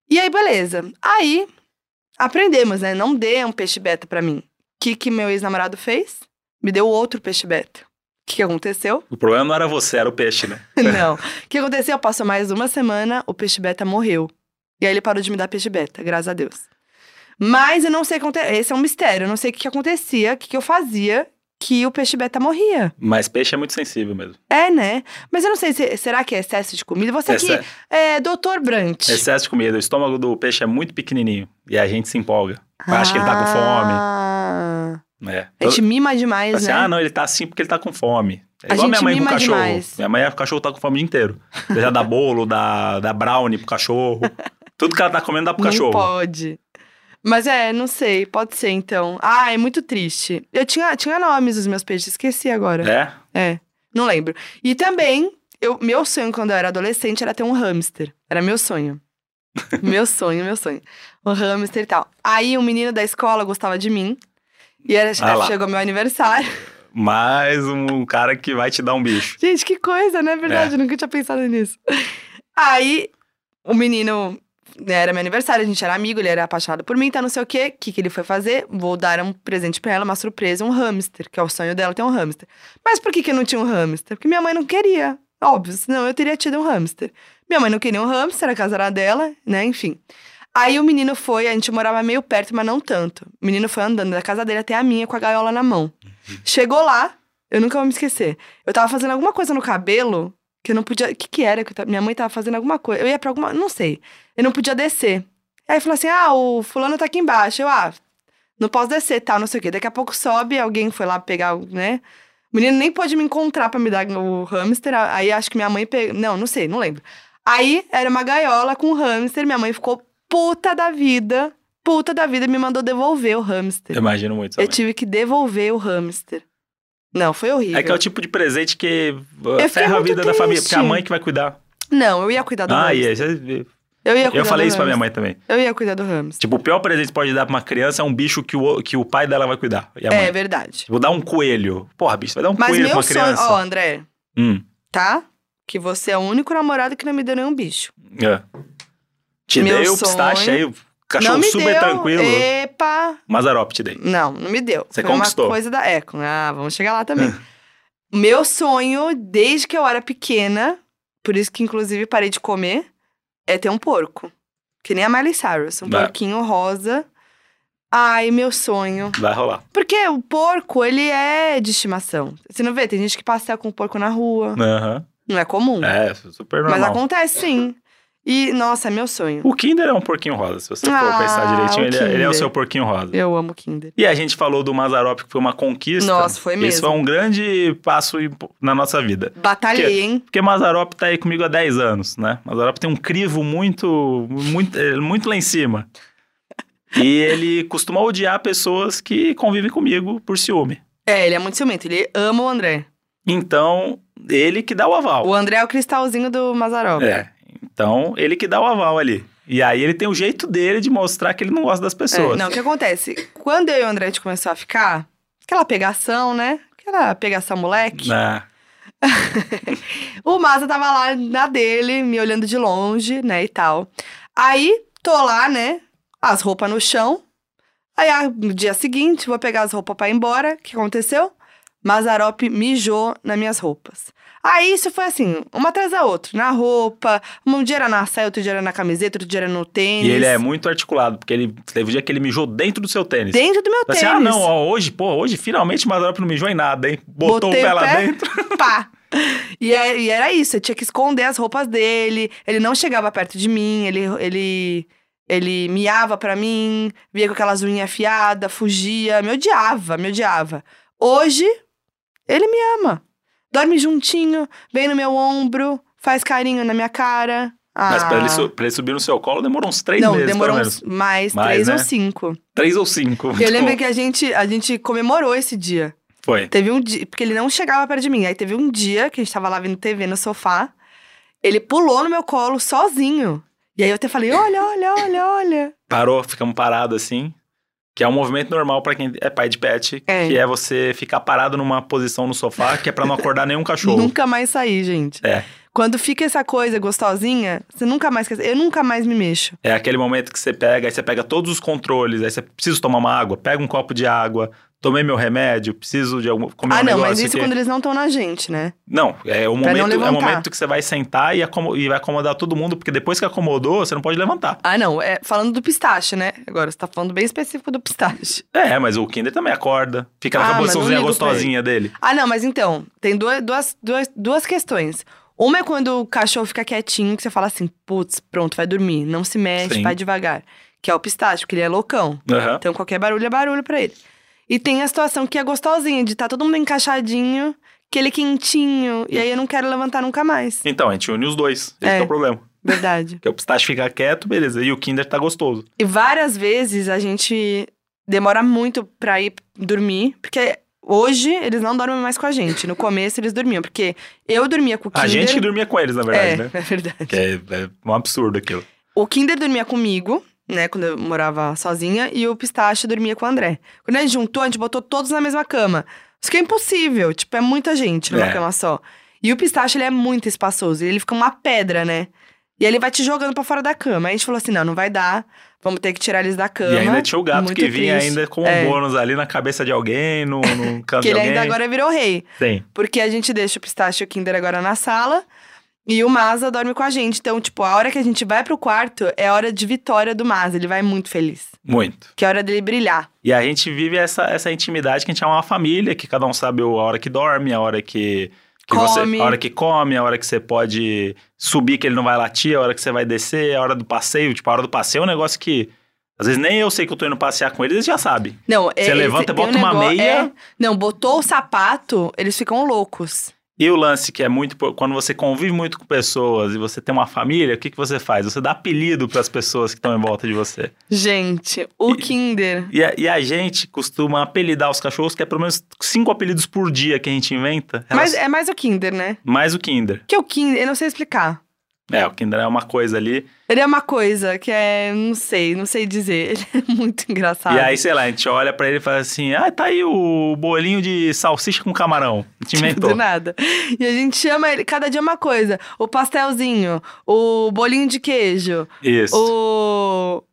S2: E aí, beleza. Aí, aprendemos, né? Não dê um peixe beta pra mim. O que, que meu ex-namorado fez? Me deu outro peixe beta. O que, que aconteceu?
S1: O problema não era você, era o peixe, né?
S2: Não. O que aconteceu? Passou mais uma semana, o peixe beta morreu. E aí ele parou de me dar peixe beta, graças a Deus. Mas eu não sei. aconte- Esse é um mistério. Eu não sei o que, que acontecia, o que, que eu fazia que o peixe beta morria.
S1: Mas peixe é muito sensível mesmo.
S2: É, né? Mas eu não sei se. Será que é excesso de comida? Você
S1: Essa-
S2: que é doutor Brant.
S1: Excesso de comida. O estômago do peixe é muito pequenininho. E a gente se empolga. Acha que ele tá com fome.
S2: Ah.
S1: né?
S2: A gente mima demais,
S1: assim,
S2: né?
S1: ah, não, ele tá assim porque ele tá com fome. É
S2: A
S1: igual minha
S2: gente
S1: mãe com o
S2: mima
S1: cachorro.
S2: demais.
S1: Minha mãe, o cachorro tá com fome o dia inteiro. Você já dá bolo, dá, dá brownie pro cachorro. Tudo que ela tá comendo dá pro
S2: não
S1: cachorro.
S2: pode. Mas é, não sei, pode ser então. Ah, é muito triste. Eu tinha, tinha nomes dos meus peixes, esqueci agora.
S1: É?
S2: É, não lembro. E também, eu, meu sonho quando eu era adolescente era ter um hamster. Era meu sonho. meu sonho, meu sonho. Um hamster e tal. Aí um menino da escola gostava de mim. E era,
S1: Ah lá.
S2: chegou meu aniversário.
S1: Mais um cara que vai te dar um bicho.
S2: Gente, que coisa, não é verdade? Eu nunca tinha pensado nisso. Aí, o menino. né, Era meu aniversário, a gente era amigo, ele era apaixonado por mim, tá não sei o quê. O que, que ele foi fazer? Vou dar um presente pra ela, uma surpresa, um hamster, que é o sonho dela ter um hamster. Mas por que, que eu não tinha um hamster? Porque minha mãe não queria. Óbvio, senão eu teria tido um hamster. Minha mãe não queria um hamster, a casa era dela, né? Enfim. Aí o menino foi, a gente morava meio perto, mas não tanto. O menino foi andando da casa dele até a minha com a gaiola na mão. Chegou lá, eu nunca vou me esquecer. Eu tava fazendo alguma coisa no cabelo que eu não podia. O que, que era? Que eu tava- minha mãe tava fazendo alguma coisa. Eu ia pra alguma. Não sei. Eu não podia descer. Aí falou assim: ah, o fulano tá aqui embaixo. Eu, ah, não posso descer, tal, não sei o quê. Daqui a pouco sobe, alguém foi lá pegar, o- né? O menino nem pôde me encontrar pra me dar o hamster. Aí acho que minha mãe pegou. Não, não sei, não lembro. Aí era uma gaiola com o hamster. Minha mãe ficou puta da vida. Puta da vida, me mandou devolver o hamster.
S1: Eu imagino muito.
S2: Eu
S1: Também.
S2: tive que devolver o hamster. Não, foi horrível.
S1: É que é o tipo de presente que uh,
S2: fiquei
S1: ferra a
S2: muito
S1: vida da família,
S2: triste.
S1: porque é a mãe que vai cuidar.
S2: Não, eu ia cuidar do
S1: ah,
S2: hamster.
S1: e aí, você-
S3: Eu ia cuidar
S1: Eu falei
S3: do
S1: isso pra minha
S3: hamster.
S1: mãe também.
S3: Eu ia cuidar do hamster.
S1: Tipo, o pior presente que pode dar pra uma criança é um bicho que o, que o pai dela vai cuidar. E a mãe.
S2: É verdade.
S1: Tipo, dar um coelho. Porra, bicho, vai dar um
S2: Mas
S1: coelho pra
S2: meu
S1: uma
S2: sonho.
S1: criança.
S2: Ó, André,
S1: Hum,
S2: tá? Que você é o único namorado que não me deu nenhum bicho.
S1: é. Te
S2: Meu
S1: dei o
S2: sonho-
S1: pistache aí, o
S2: não
S1: cachorro
S2: me
S1: super
S2: deu. é.
S1: tranquilo.
S2: Epa!
S1: Mazarop te dei.
S2: Não, não me deu.
S1: Você
S2: Foi
S1: conquistou.
S2: uma coisa da Eco. Ah, vamos chegar lá também. Meu sonho, desde que eu era pequena, por isso que inclusive parei de comer, é ter um porco. Que nem a Miley Cyrus, um
S1: Bah.
S2: porquinho rosa. Ai, meu sonho.
S1: Vai rolar.
S2: Porque o porco, ele é de estimação. Você não vê? Tem gente que passeia com o porco na rua.
S1: Aham.
S2: Não é comum.
S1: É, super
S2: mas
S1: normal.
S2: acontece sim. E, nossa, é meu sonho.
S1: O Kinder é um porquinho rosa, se você for
S2: Ah,
S1: pensar direitinho,
S2: o
S1: ele é, ele é o
S2: Kinder.
S1: seu porquinho rosa.
S2: Eu amo Kinder.
S1: E a gente falou do Mazarop, que foi uma conquista.
S2: Nossa, foi mesmo.
S1: Isso foi um grande passo impo- na nossa vida.
S2: Batalhei, hein?
S1: Porque Mazarop tá aí comigo há 10 anos, né? Mazarop tem um crivo muito, muito, eh, muito lá em cima. E ele costuma odiar pessoas que convivem comigo por ciúme.
S2: É, ele é muito ciumento. Ele ama o André.
S1: Então, ele que dá o aval.
S2: O André é o cristalzinho do Mazarop.
S1: É. Então, ele que dá o aval ali. E aí ele tem o jeito dele de mostrar que ele não gosta das pessoas.
S2: É, não, o que acontece? Quando eu e o André a gente começou a ficar, aquela pegação, né? Aquela pegação moleque.
S1: Ah,
S2: O Maza tava lá na dele, me olhando de longe, né, e tal. Aí, tô lá, né, as roupas no chão. Aí, ah, no dia seguinte, vou pegar as roupas pra ir embora. O que aconteceu? Mazarop mijou nas minhas roupas. Aí, isso foi assim, uma atrás da outra. Na roupa, um dia era na saia, outro dia era na camiseta, outro dia era no tênis.
S1: E ele é muito articulado, porque ele teve um dia que ele mijou dentro do seu tênis.
S2: Dentro do meu
S1: Fala
S2: tênis.
S1: assim, ah, não, ó, hoje, pô, hoje finalmente o Mazarop não mijou em nada, hein? Botou
S2: Botei
S1: o pé
S2: o
S1: lá
S2: pé.
S1: dentro.
S2: pá. E, é- e era isso, eu tinha que esconder as roupas dele, ele não chegava perto de mim, ele, ele, ele miava pra mim, via com aquelas unhas afiadas, fugia, me odiava, me odiava. Hoje, ele me ama. Dorme juntinho, vem no meu ombro, faz carinho na minha cara.
S1: Mas pra ele,
S2: Ah.
S1: su- pra ele subir no seu colo demorou uns três
S2: Não,
S1: meses,
S2: demorou
S1: pelo menos.
S2: uns mais,
S1: Mais,
S2: três ou
S1: né?
S2: cinco.
S1: Três ou cinco.
S2: Eu lembro
S1: Então,
S2: que a gente, a gente comemorou esse dia.
S1: Foi.
S2: Teve um dia. Porque ele não chegava perto de mim. Aí teve um dia que a gente tava lá vendo TV no sofá. Ele pulou no meu colo sozinho. E aí eu até falei: olha, olha, olha, olha.
S1: Parou, ficamos parados assim. Que é um movimento normal pra quem é pai de pet,
S2: É.
S1: que é você ficar parado numa posição no sofá, que é pra não acordar nenhum cachorro.
S2: Nunca mais saí, gente.
S1: É.
S2: Quando fica essa coisa gostosinha, você nunca mais quer. Eu nunca mais me mexo.
S1: É aquele momento que você pega, aí você pega todos os controles, aí você precisa tomar uma água, pega um copo de água, tomei meu remédio, preciso de algum. Comer
S2: ah,
S1: um
S2: não,
S1: negócio
S2: mas isso
S1: que-
S2: quando eles não estão na gente, né?
S1: Não, é o
S2: Pra não
S1: momento, é o
S2: levantar.
S1: momento que você vai sentar e, acomo- e vai acomodar todo mundo, porque depois que acomodou, você não pode levantar.
S2: Ah, não. É, falando do pistache, né? Agora, você tá falando bem específico do pistache.
S1: É, mas o Kinder também acorda. Fica
S2: Ah,
S1: naquela
S2: mas não
S1: posiçãozinha
S2: ligo pra ele.
S1: gostosinha dele.
S2: Ah, não, mas então, tem duas, duas, duas, duas questões. Uma é quando o cachorro fica quietinho, que você fala assim, putz, pronto, vai dormir, não se mexe,
S1: Sim.
S2: vai devagar. Que é o pistache, porque ele é loucão.
S1: Aham.
S2: Então qualquer barulho é barulho pra ele. E tem a situação que é gostosinha, de tá todo mundo encaixadinho, que ele é quentinho, e aí eu não quero levantar nunca mais.
S1: Então, a gente une os dois. Esse
S2: É.
S1: que é o problema.
S2: Verdade.
S1: Porque o pistache fica quieto, beleza. E o Kinder tá gostoso.
S2: E várias vezes a gente demora muito pra ir dormir, porque hoje eles não dormem mais com a gente. No começo eles dormiam, porque eu dormia com o
S1: A
S2: Kinder.
S1: gente que dormia com eles, na verdade,
S2: é,
S1: né?
S2: é verdade.
S1: Que é, é um absurdo aquilo.
S2: O Kinder dormia comigo, né, quando eu morava sozinha, e o Pistache dormia com o André. Quando a gente juntou, a gente botou todos na mesma cama. Isso que é impossível, tipo, é muita gente numa
S1: É.
S2: cama só. E o Pistache, ele é muito espaçoso, ele fica uma pedra, né? E aí ele vai te jogando pra fora da cama. Aí a gente falou assim, não, não vai dar, vamos ter que tirar eles da cama.
S1: e ainda tinha o gato
S2: muito
S1: que vinha
S2: triste.
S1: ainda com um
S2: É.
S1: bônus ali na cabeça de alguém, no, no canto de
S2: Que ele
S1: alguém.
S2: ainda agora virou rei.
S1: Sim.
S2: Porque a gente deixa o pistache e o Kinder agora na sala. E o Maza dorme com a gente. Então, tipo, a hora que a gente vai pro quarto é a hora de vitória do Maza. Ele vai muito feliz.
S1: Muito.
S2: Que é a hora dele brilhar.
S1: E a gente vive essa, essa intimidade que a gente é uma família, que cada um sabe a hora que dorme, a hora que. que
S2: Come.
S1: Você, a hora que come, a hora que você pode subir, que ele não vai latir, a hora que você vai descer, a hora do passeio. Tipo, a hora do passeio é um negócio que. Às vezes nem eu sei que eu tô indo passear com eles, eles já sabem.
S2: Não, é,
S1: Você
S2: eles-
S1: levanta,
S2: tem
S1: bota
S2: um
S1: uma
S2: negócio-
S1: meia.
S2: é. não, botou o sapato, eles ficam loucos.
S1: E o lance que é muito. po- Quando você convive muito com pessoas e você tem uma família, o que, que você faz? Você dá apelido pras pessoas que estão em volta de você.
S2: Gente, o
S1: E-
S2: Kinder.
S1: E a, e a gente costuma apelidar os cachorros, que é pelo menos cinco apelidos por dia que a gente inventa.
S2: Mas
S1: Elas-
S2: é mais o Kinder, né?
S1: Mais o Kinder.
S2: Que o Kinder, eu não sei explicar.
S1: É, o Kinder é uma coisa ali.
S2: Ele é uma coisa que é. Não sei, não sei dizer. Ele é muito engraçado.
S1: E aí, sei lá, a gente olha pra ele e fala assim: ah, tá aí o bolinho de salsicha com camarão. A gente
S2: Do
S1: inventou.
S2: nada. E a gente chama ele, cada dia é uma coisa. O pastelzinho, o bolinho de queijo,
S1: Isso.
S2: o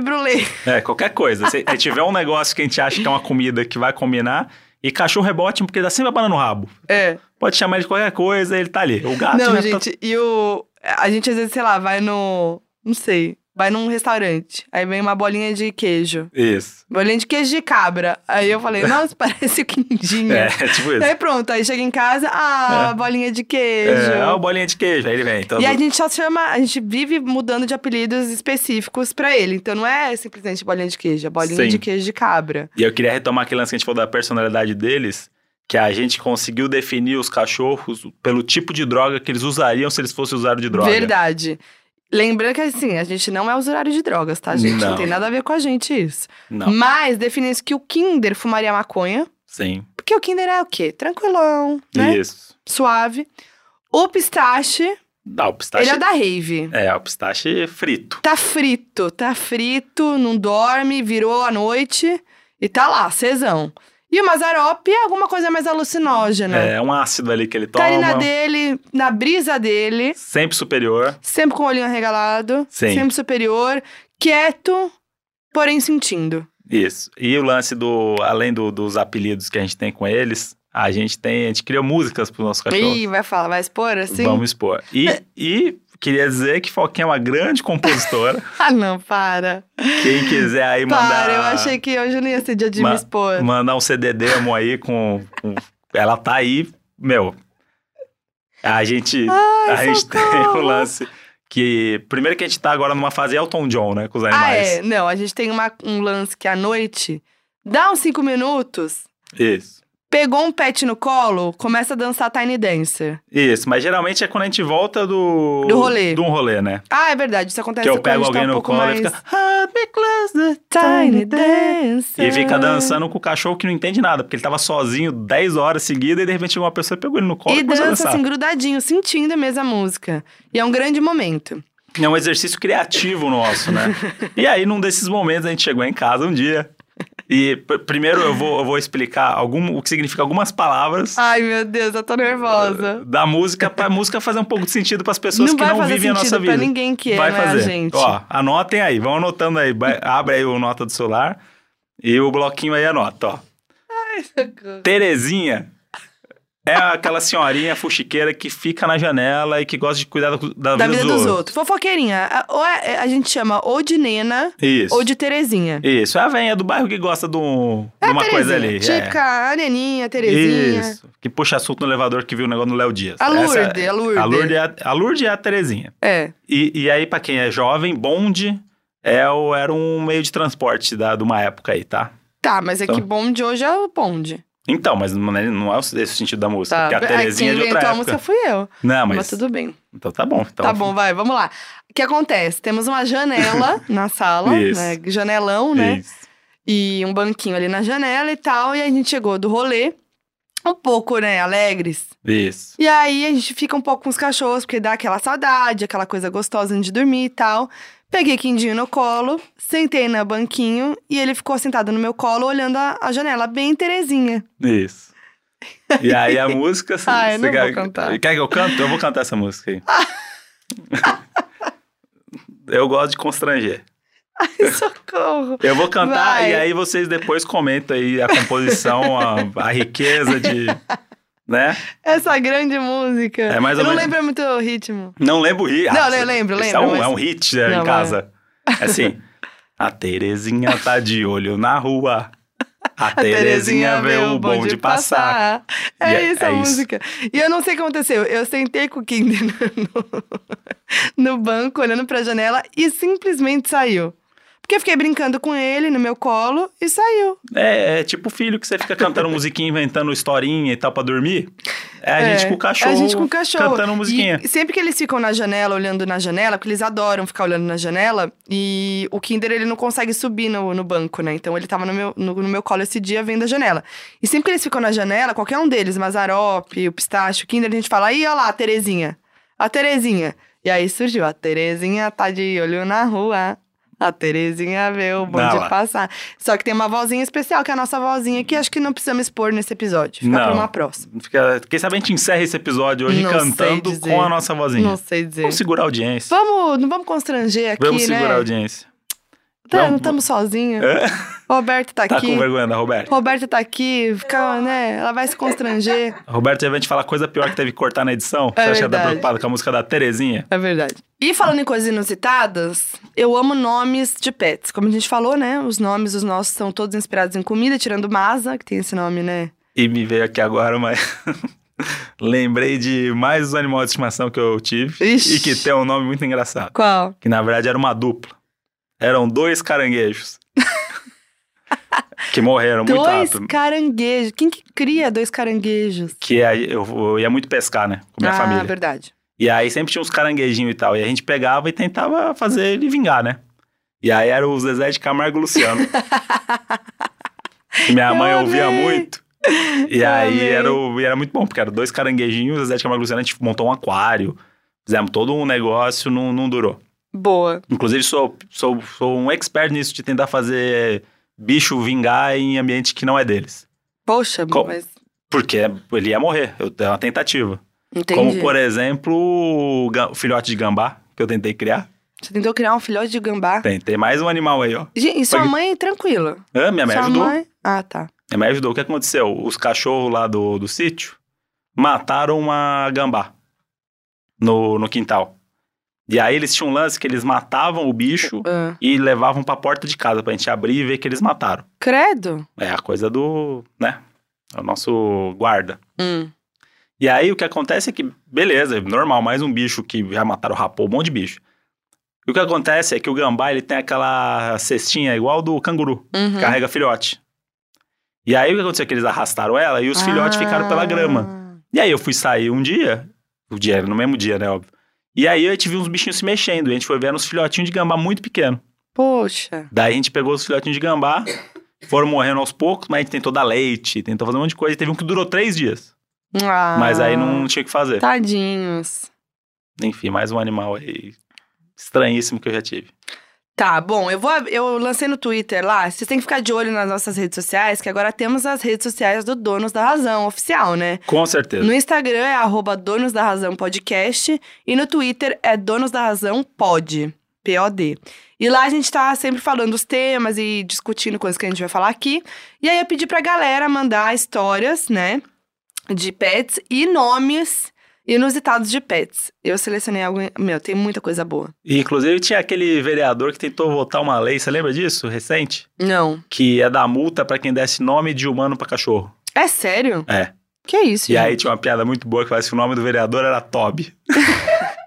S2: brulee.
S1: É, qualquer coisa. Se se tiver um negócio que a gente acha que é uma comida que vai combinar, e cachorro é ótimo, porque ele dá sempre a banana no rabo.
S2: É.
S1: Pode chamar ele de qualquer coisa, ele tá ali. O gato
S2: não,
S1: já tá...
S2: gente, e o. A gente às vezes, sei lá, vai no. Não sei. Vai num restaurante. Aí vem uma bolinha de queijo.
S1: Isso.
S2: Bolinha de queijo de cabra. Aí eu falei, nossa, parece o quindinho.
S1: É, tipo isso.
S2: Aí pronto, aí chega em casa, ah,
S1: É.
S2: bolinha de queijo.
S1: É, ó, bolinha de queijo, aí ele vem. Então,
S2: E a gente só chama, a gente vive mudando de apelidos específicos pra ele. Então não é simplesmente bolinha de queijo, é bolinha
S1: Sim.
S2: de queijo de cabra.
S1: E eu queria retomar aquele lance que a gente falou da personalidade deles, que a gente conseguiu definir os cachorros pelo tipo de droga que eles usariam se eles fossem usados de droga.
S2: Verdade. Lembrando que assim, a gente não é usuário de drogas, tá, gente? Não,
S1: Não.
S2: tem nada a ver com a gente isso.
S1: Não,
S2: Mas define-se que o Kinder fumaria maconha,
S1: sim.
S2: porque o Kinder é o quê? Tranquilão, né?
S1: Isso.
S2: Suave. O pistache,
S1: Dá, o pistache.
S2: ele é o da rave.
S1: É, o pistache frito.
S2: Tá frito, tá frito, não dorme, virou à noite e tá lá, cesão. E o Mazarope é alguma coisa mais alucinógena.
S1: É um ácido ali que ele
S2: Tá
S1: toma.
S2: ali na dele, na brisa dele,
S1: Sempre superior.
S2: sempre com o olhinho arregalado,
S1: Sim.
S2: sempre superior, quieto, porém sentindo.
S1: Isso. E o lance do. Além do- dos apelidos que a gente tem com eles, a gente tem. A gente criou músicas pro nosso cachorro.
S2: Ih, vai falar, vai expor assim?
S1: Tá Vamos expor. E, e queria dizer que Foquinha é uma grande compositora.
S2: Ah, não, para.
S1: Quem quiser aí mandar.
S2: Para, eu achei que hoje não ia ser dia de
S1: Ma-
S2: me expor.
S1: Mandar um CD demo aí com. com- ela tá aí, meu. A gente. a gente tem
S2: socorro.
S1: o lance. Que. Primeiro que a gente tá agora numa fase Elton John, né? Com os
S2: Ah,
S1: animais.
S2: é. Não, a gente tem uma- um lance que à noite dá uns cinco minutos.
S1: Isso.
S2: Pegou um pet no colo, começa a dançar Tiny Dancer.
S1: Isso, mas geralmente é quando a gente volta do.
S2: Do rolê.
S1: Do um rolê, né?
S2: Ah, é verdade, isso acontece
S1: que eu
S2: quando a
S1: pego
S2: gente
S1: alguém
S2: tá um
S1: no
S2: pouco
S1: colo
S2: mais...
S1: e fica. "Ah, "Hold me close the
S2: Tiny Dancer.
S1: E fica dançando com o cachorro que não entende nada, porque ele tava sozinho 10 horas seguidas e de repente uma pessoa pegou ele no colo e,
S2: E
S1: começou a
S2: dança
S1: dançar.
S2: assim, grudadinho, sentindo mesmo a música. E é um grande momento.
S1: É um exercício criativo nosso, né? e aí, num desses momentos, a gente chegou em casa um dia. E pr- primeiro eu vou, eu vou explicar algum, o que significa algumas palavras
S2: Ai, meu Deus, eu tô nervosa.
S1: da música, pra música fazer um pouco de sentido pras pessoas
S2: não
S1: que
S2: vai
S1: não
S2: fazer
S1: vivem a nossa
S2: sentido
S1: vida.
S2: pra ninguém que é,
S1: vai
S2: não é a
S1: fazer.
S2: gente.
S1: Ó, anotem aí, vão anotando aí. Vai- abre aí o nota do celular e o bloquinho aí anota, ó. Terezinha é aquela senhorinha fuxiqueira que fica na janela e que gosta de cuidar do- da,
S2: da vida dos
S1: outros.
S2: outros. Fofoqueirinha. A- Ou é- a, gente chama ou de Nena
S1: Isso.
S2: ou de Terezinha.
S1: Isso, é a venha do bairro que gosta de, um- de uma coisa ali.
S2: Terezinha.
S1: é.
S2: Típica, a Neninha, a Terezinha.
S1: Isso. Que puxa assunto no elevador que viu o negócio no Léo Dias.
S2: A
S1: Essa é-
S2: Lourdes, a Lourdes.
S1: A Lourdes é a, a, Lourdes é a Terezinha.
S2: É.
S1: E, e aí, pra quem é jovem, bonde é o- era um meio de transporte da, de uma época aí, tá?
S2: Tá, mas é
S1: Então.
S2: que bonde hoje é o bonde.
S1: Então, mas não é, não é esse o sentido da música.
S2: Tá.
S1: Porque a
S2: Ah,
S1: Terezinha é
S2: quem
S1: de outra
S2: inventou a
S1: época.
S2: música fui eu.
S1: Não,
S2: Mas,
S1: mas.
S2: tudo bem.
S1: Então tá bom. Então,
S2: Tá bom, vai, vamos lá. O que acontece? Temos uma janela na sala,
S1: Isso.
S2: né? Janelão, né?
S1: Isso.
S2: E um banquinho ali na janela e tal. E a gente chegou do rolê, um pouco, né, alegres.
S1: Isso.
S2: E aí a gente fica um pouco com os cachorros, porque dá aquela saudade, aquela coisa gostosa de dormir e tal. Peguei Quindinho no colo, sentei no banquinho e ele ficou sentado no meu colo olhando a, a janela, bem Terezinha.
S1: Isso. E aí a música. você-
S2: Ah, eu
S1: você
S2: não
S1: quer,
S2: vou cantar.
S1: Quer que eu canto? Eu vou cantar essa música aí. eu gosto de constranger.
S2: Ai, socorro!
S1: Eu vou cantar
S2: Vai.
S1: e aí vocês depois comentam aí a composição, a, a riqueza de. Né?
S2: Essa grande música.
S1: É mais
S2: eu
S1: ou
S2: não
S1: menos-
S2: lembro muito o ritmo.
S1: Não lembro o hit.
S2: Não,
S1: Ah,
S2: eu lembro,
S1: esse
S2: lembro,
S1: É um,
S2: mas-
S1: é um hit né,
S2: Não,
S1: em casa. Assim. A Terezinha tá de olho na rua. A, Terezinha, vê o bonde passar.
S2: É
S1: E é-
S2: isso a
S1: é isso.
S2: música. E eu não sei o que aconteceu. Eu sentei com o Kinder no, no banco, olhando pra janela, e simplesmente saiu. Porque eu fiquei brincando com ele no meu colo e saiu.
S1: É, é tipo filho que você fica cantando musiquinha, inventando historinha e tal pra dormir. É a
S2: É,
S1: gente com o cachorro.
S2: a gente com o cachorro.
S1: Cantando musiquinha.
S2: E sempre que eles ficam na janela, olhando na janela, porque eles adoram ficar olhando na janela, e o Kinder ele não consegue subir no, no banco, né? Então ele tava no meu, no, no meu colo esse dia vendo a janela. E sempre que eles ficam na janela, qualquer um deles, Mazarope, o Pistache, o Kinder, a gente fala, aí, olha lá, a Terezinha. A Terezinha. E aí surgiu a Terezinha tá de olho na rua. A Terezinha vê o bonde
S1: Dá lá.
S2: passar. Só que tem uma vozinha especial, que é a nossa vozinha, que acho que não precisamos expor nesse episódio. Fica pra
S1: Não.
S2: uma próxima.
S1: Fica- Quem sabe a gente encerra esse episódio hoje
S2: Não sei
S1: cantando
S2: dizer.
S1: com a nossa vozinha.
S2: Não sei dizer.
S1: Vamos segurar a audiência.
S2: Vamos, não vamos constranger aqui,
S1: Vamos
S2: né?
S1: segurar a audiência.
S2: Tá,
S1: Vamos-
S2: não estamos sozinhos.
S1: É?
S2: Roberto tá,
S1: Tá
S2: aqui.
S1: com vergonha da Roberta?
S2: Roberta tá aqui, fica, né? Ela vai se constranger.
S1: A Roberta já vem te falar coisa pior que teve que cortar na edição. Você acha que ela tá
S2: É verdade.
S1: preocupada com a música da Terezinha?
S2: É verdade. E falando em coisas inusitadas, eu amo nomes de pets. Como a gente falou, né? Os nomes dos nossos são todos inspirados em comida, tirando Masa, que tem esse nome, né?
S1: E me veio aqui agora, mas. Lembrei de mais um animal de estimação que eu tive.
S2: Ixi.
S1: E que tem um nome muito engraçado.
S2: Qual?
S1: Que na verdade era uma dupla. Eram dois caranguejos. que morreram muito
S2: dois
S1: rápido.
S2: caranguejos. Quem que cria dois caranguejos?
S1: Que aí eu, eu ia muito pescar, né? Com minha
S2: ah,
S1: família.
S2: verdade.
S1: E aí sempre tinha uns caranguejinhos e tal. E a gente pegava e tentava fazer ele vingar, né? E aí era o Zezé de Camargo e Luciano. Que minha
S2: Eu
S1: mãe ouvia
S2: amei.
S1: muito. E
S2: Eu
S1: aí
S2: amei.
S1: era, o- e era muito bom, porque eram dois caranguejinhos, o Zezé de Camargo e Luciano, a gente montou um aquário. Fizemos todo um negócio, não, não durou.
S3: Boa.
S1: Inclusive, sou, sou, sou um expert nisso de tentar fazer bicho vingar em ambiente que não é deles.
S3: Poxa,
S1: Co-
S3: mas
S1: Porque ele ia morrer, eu é uma tentativa.
S3: entendi.
S1: Como, por exemplo, o, ga- o filhote de gambá, que eu tentei criar.
S3: Você tentou criar um filhote de gambá.
S1: Tem, tem mais um animal aí, ó.
S3: Gente, e sua
S1: Porque-
S2: é
S3: mãe, tranquila.
S1: Ah, minha mãe
S3: sua
S1: ajudou.
S3: mãe. Ah, tá.
S1: Minha mãe ajudou. O que aconteceu? Os cachorros lá do, do sítio mataram uma gambá no, no quintal. E aí eles tinham um lance que eles matavam o bicho
S3: Ah.
S1: e levavam pra porta de casa pra gente abrir e ver que eles mataram.
S3: Credo.
S1: É a coisa do, né? É o nosso guarda.
S3: Hum.
S1: E aí o que acontece é que, beleza, normal, mais um bicho que já mataram, rapou um monte de bicho. E o que acontece é que o gambá, ele tem aquela cestinha igual do canguru,
S2: Hum.
S3: Uhum.
S1: carrega filhote. E aí o que aconteceu é que eles arrastaram ela e os filhotes
S2: Ah.
S1: ficaram pela grama. E aí eu fui sair um dia, o dia era no mesmo dia, né, óbvio. E aí eu tive uns bichinhos se mexendo, e a gente foi vendo uns filhotinhos de gambá muito pequeno.
S3: Poxa.
S1: Daí a gente pegou os filhotinhos de gambá, foram morrendo aos poucos, mas a gente tentou dar leite, tentou fazer um monte de coisa, e teve um que durou três dias.
S3: Ah,
S1: Mas aí não tinha o que fazer.
S2: Tá.
S3: Tadinhos.
S1: Enfim, mais um animal aí estranhíssimo que eu já tive.
S2: Tá, bom, eu vou. ab- Eu lancei no Twitter lá. Vocês têm que ficar de olho nas nossas redes sociais, que agora temos as redes sociais do Donos da Razão, oficial, né?
S1: Com certeza.
S2: No Instagram é arroba Donos da Razão Podcast e no Twitter é Donos da Razão Pod. POD. E lá a gente tá sempre falando os temas e discutindo coisas que a gente vai falar aqui. E aí eu pedi pra galera mandar histórias, né? De pets e nomes inusitados de pets. Eu selecionei algo. Meu, tem muita coisa boa.
S1: E, inclusive, tinha aquele vereador que tentou votar uma lei, você lembra disso, recente?
S2: Não.
S1: Que é dar multa pra quem desse nome de humano pra cachorro.
S2: É sério?
S1: É.
S3: Que isso,
S1: E
S3: gente?
S1: aí tinha uma piada muito boa que parece que o nome do vereador era Toby.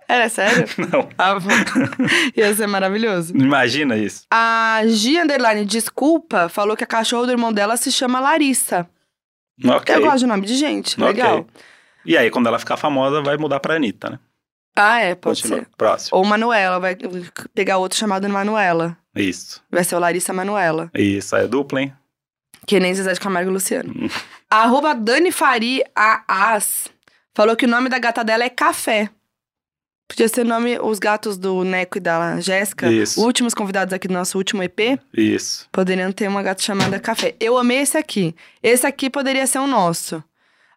S2: Era sério?
S1: Não,
S2: Ah, bom. Ia ser maravilhoso.
S1: não imagina isso.
S2: A G Underline Desculpa falou que a cachorra do irmão dela se chama Larissa.
S1: Ok.
S2: Eu gosto de nome de gente,
S1: Ok.
S2: legal.
S1: E aí, quando ela ficar famosa, vai mudar pra Anitta, né?
S2: Ah, é, pode
S1: Continua.
S2: ser.
S1: Próximo.
S2: Ou Manuela, vai pegar outro chamado Manuela.
S1: Isso.
S2: Vai ser o Larissa Manuela.
S1: Isso aí é dupla, hein?
S2: Que nem Zezé de Camargo e Luciano.
S1: Hum.
S2: Arroba Dani Fari AAs falou que o nome da gata dela é Café. Podia ser nome os gatos do Neco e da Jéssica.
S1: Isso.
S2: Últimos convidados aqui do nosso último EP.
S1: Isso.
S2: Poderiam ter uma gata chamada Café. Eu amei esse aqui. Esse aqui poderia ser o nosso.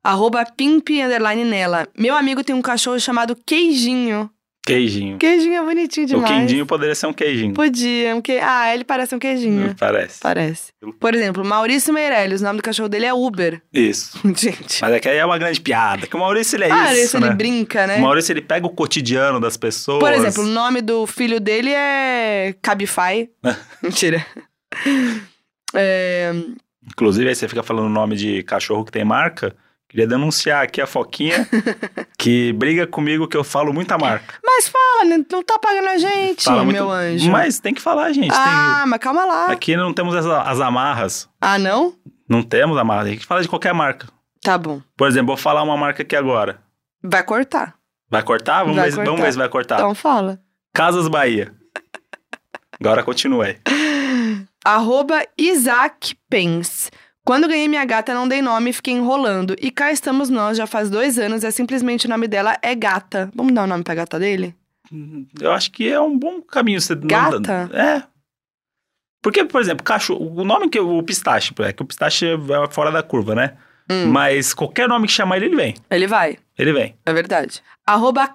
S2: Arroba pimp, underline nela. Meu amigo tem um cachorro chamado Queijinho.
S1: Queijinho.
S2: Queijinho é bonitinho
S1: O
S2: demais.
S1: quindinho poderia ser um queijinho.
S2: Podia. Um que... Ah, ele parece um queijinho.
S1: Parece.
S2: Parece. Por exemplo, Maurício Meirelles. O nome do cachorro dele é Uber.
S1: Isso.
S2: Gente.
S1: Mas é que aí é uma grande piada. Que o Maurício, ele é isso,
S2: Maurício,
S1: né?
S2: ele brinca, né?
S1: O Maurício, ele pega o cotidiano das pessoas.
S2: Por exemplo, o nome do filho dele é Cabify. Mentira. É,
S1: Inclusive, aí você fica falando o nome de cachorro que tem marca. Queria denunciar aqui a Foquinha, que briga comigo que eu falo muita marca.
S2: Mas fala, né? não tá pagando a gente,
S1: Fala muito-
S2: meu anjo.
S1: Mas tem que falar, gente. tem-
S2: Ah, mas calma lá.
S1: Aqui não temos as, as amarras.
S2: Ah, não?
S1: Não temos amarras. A gente fala de qualquer marca.
S2: Tá bom.
S1: Por exemplo, vou falar uma marca aqui agora.
S2: Vai cortar.
S1: Vai cortar? Vamos,
S2: Vai
S1: ver, se- vamos
S2: cortar.
S1: ver se vai cortar.
S2: Então fala.
S1: Casas Bahia. Agora continue. aí.
S2: Arroba Isaac Pens. Quando ganhei minha gata, não dei nome e fiquei enrolando. E cá estamos nós, já faz dois anos, é simplesmente o nome dela é Gata. Vamos dar o nome pra gata dele?
S1: eu acho que é um bom caminho. Você não-
S2: Gata?
S1: é. Porque, por exemplo, cachorro. O nome que eu- o pistache, é que o pistache é fora da curva, né?
S2: Hum.
S1: Mas qualquer nome que chamar ele, ele vem.
S2: Ele vai,
S1: Ele vem.
S2: é verdade. Arroba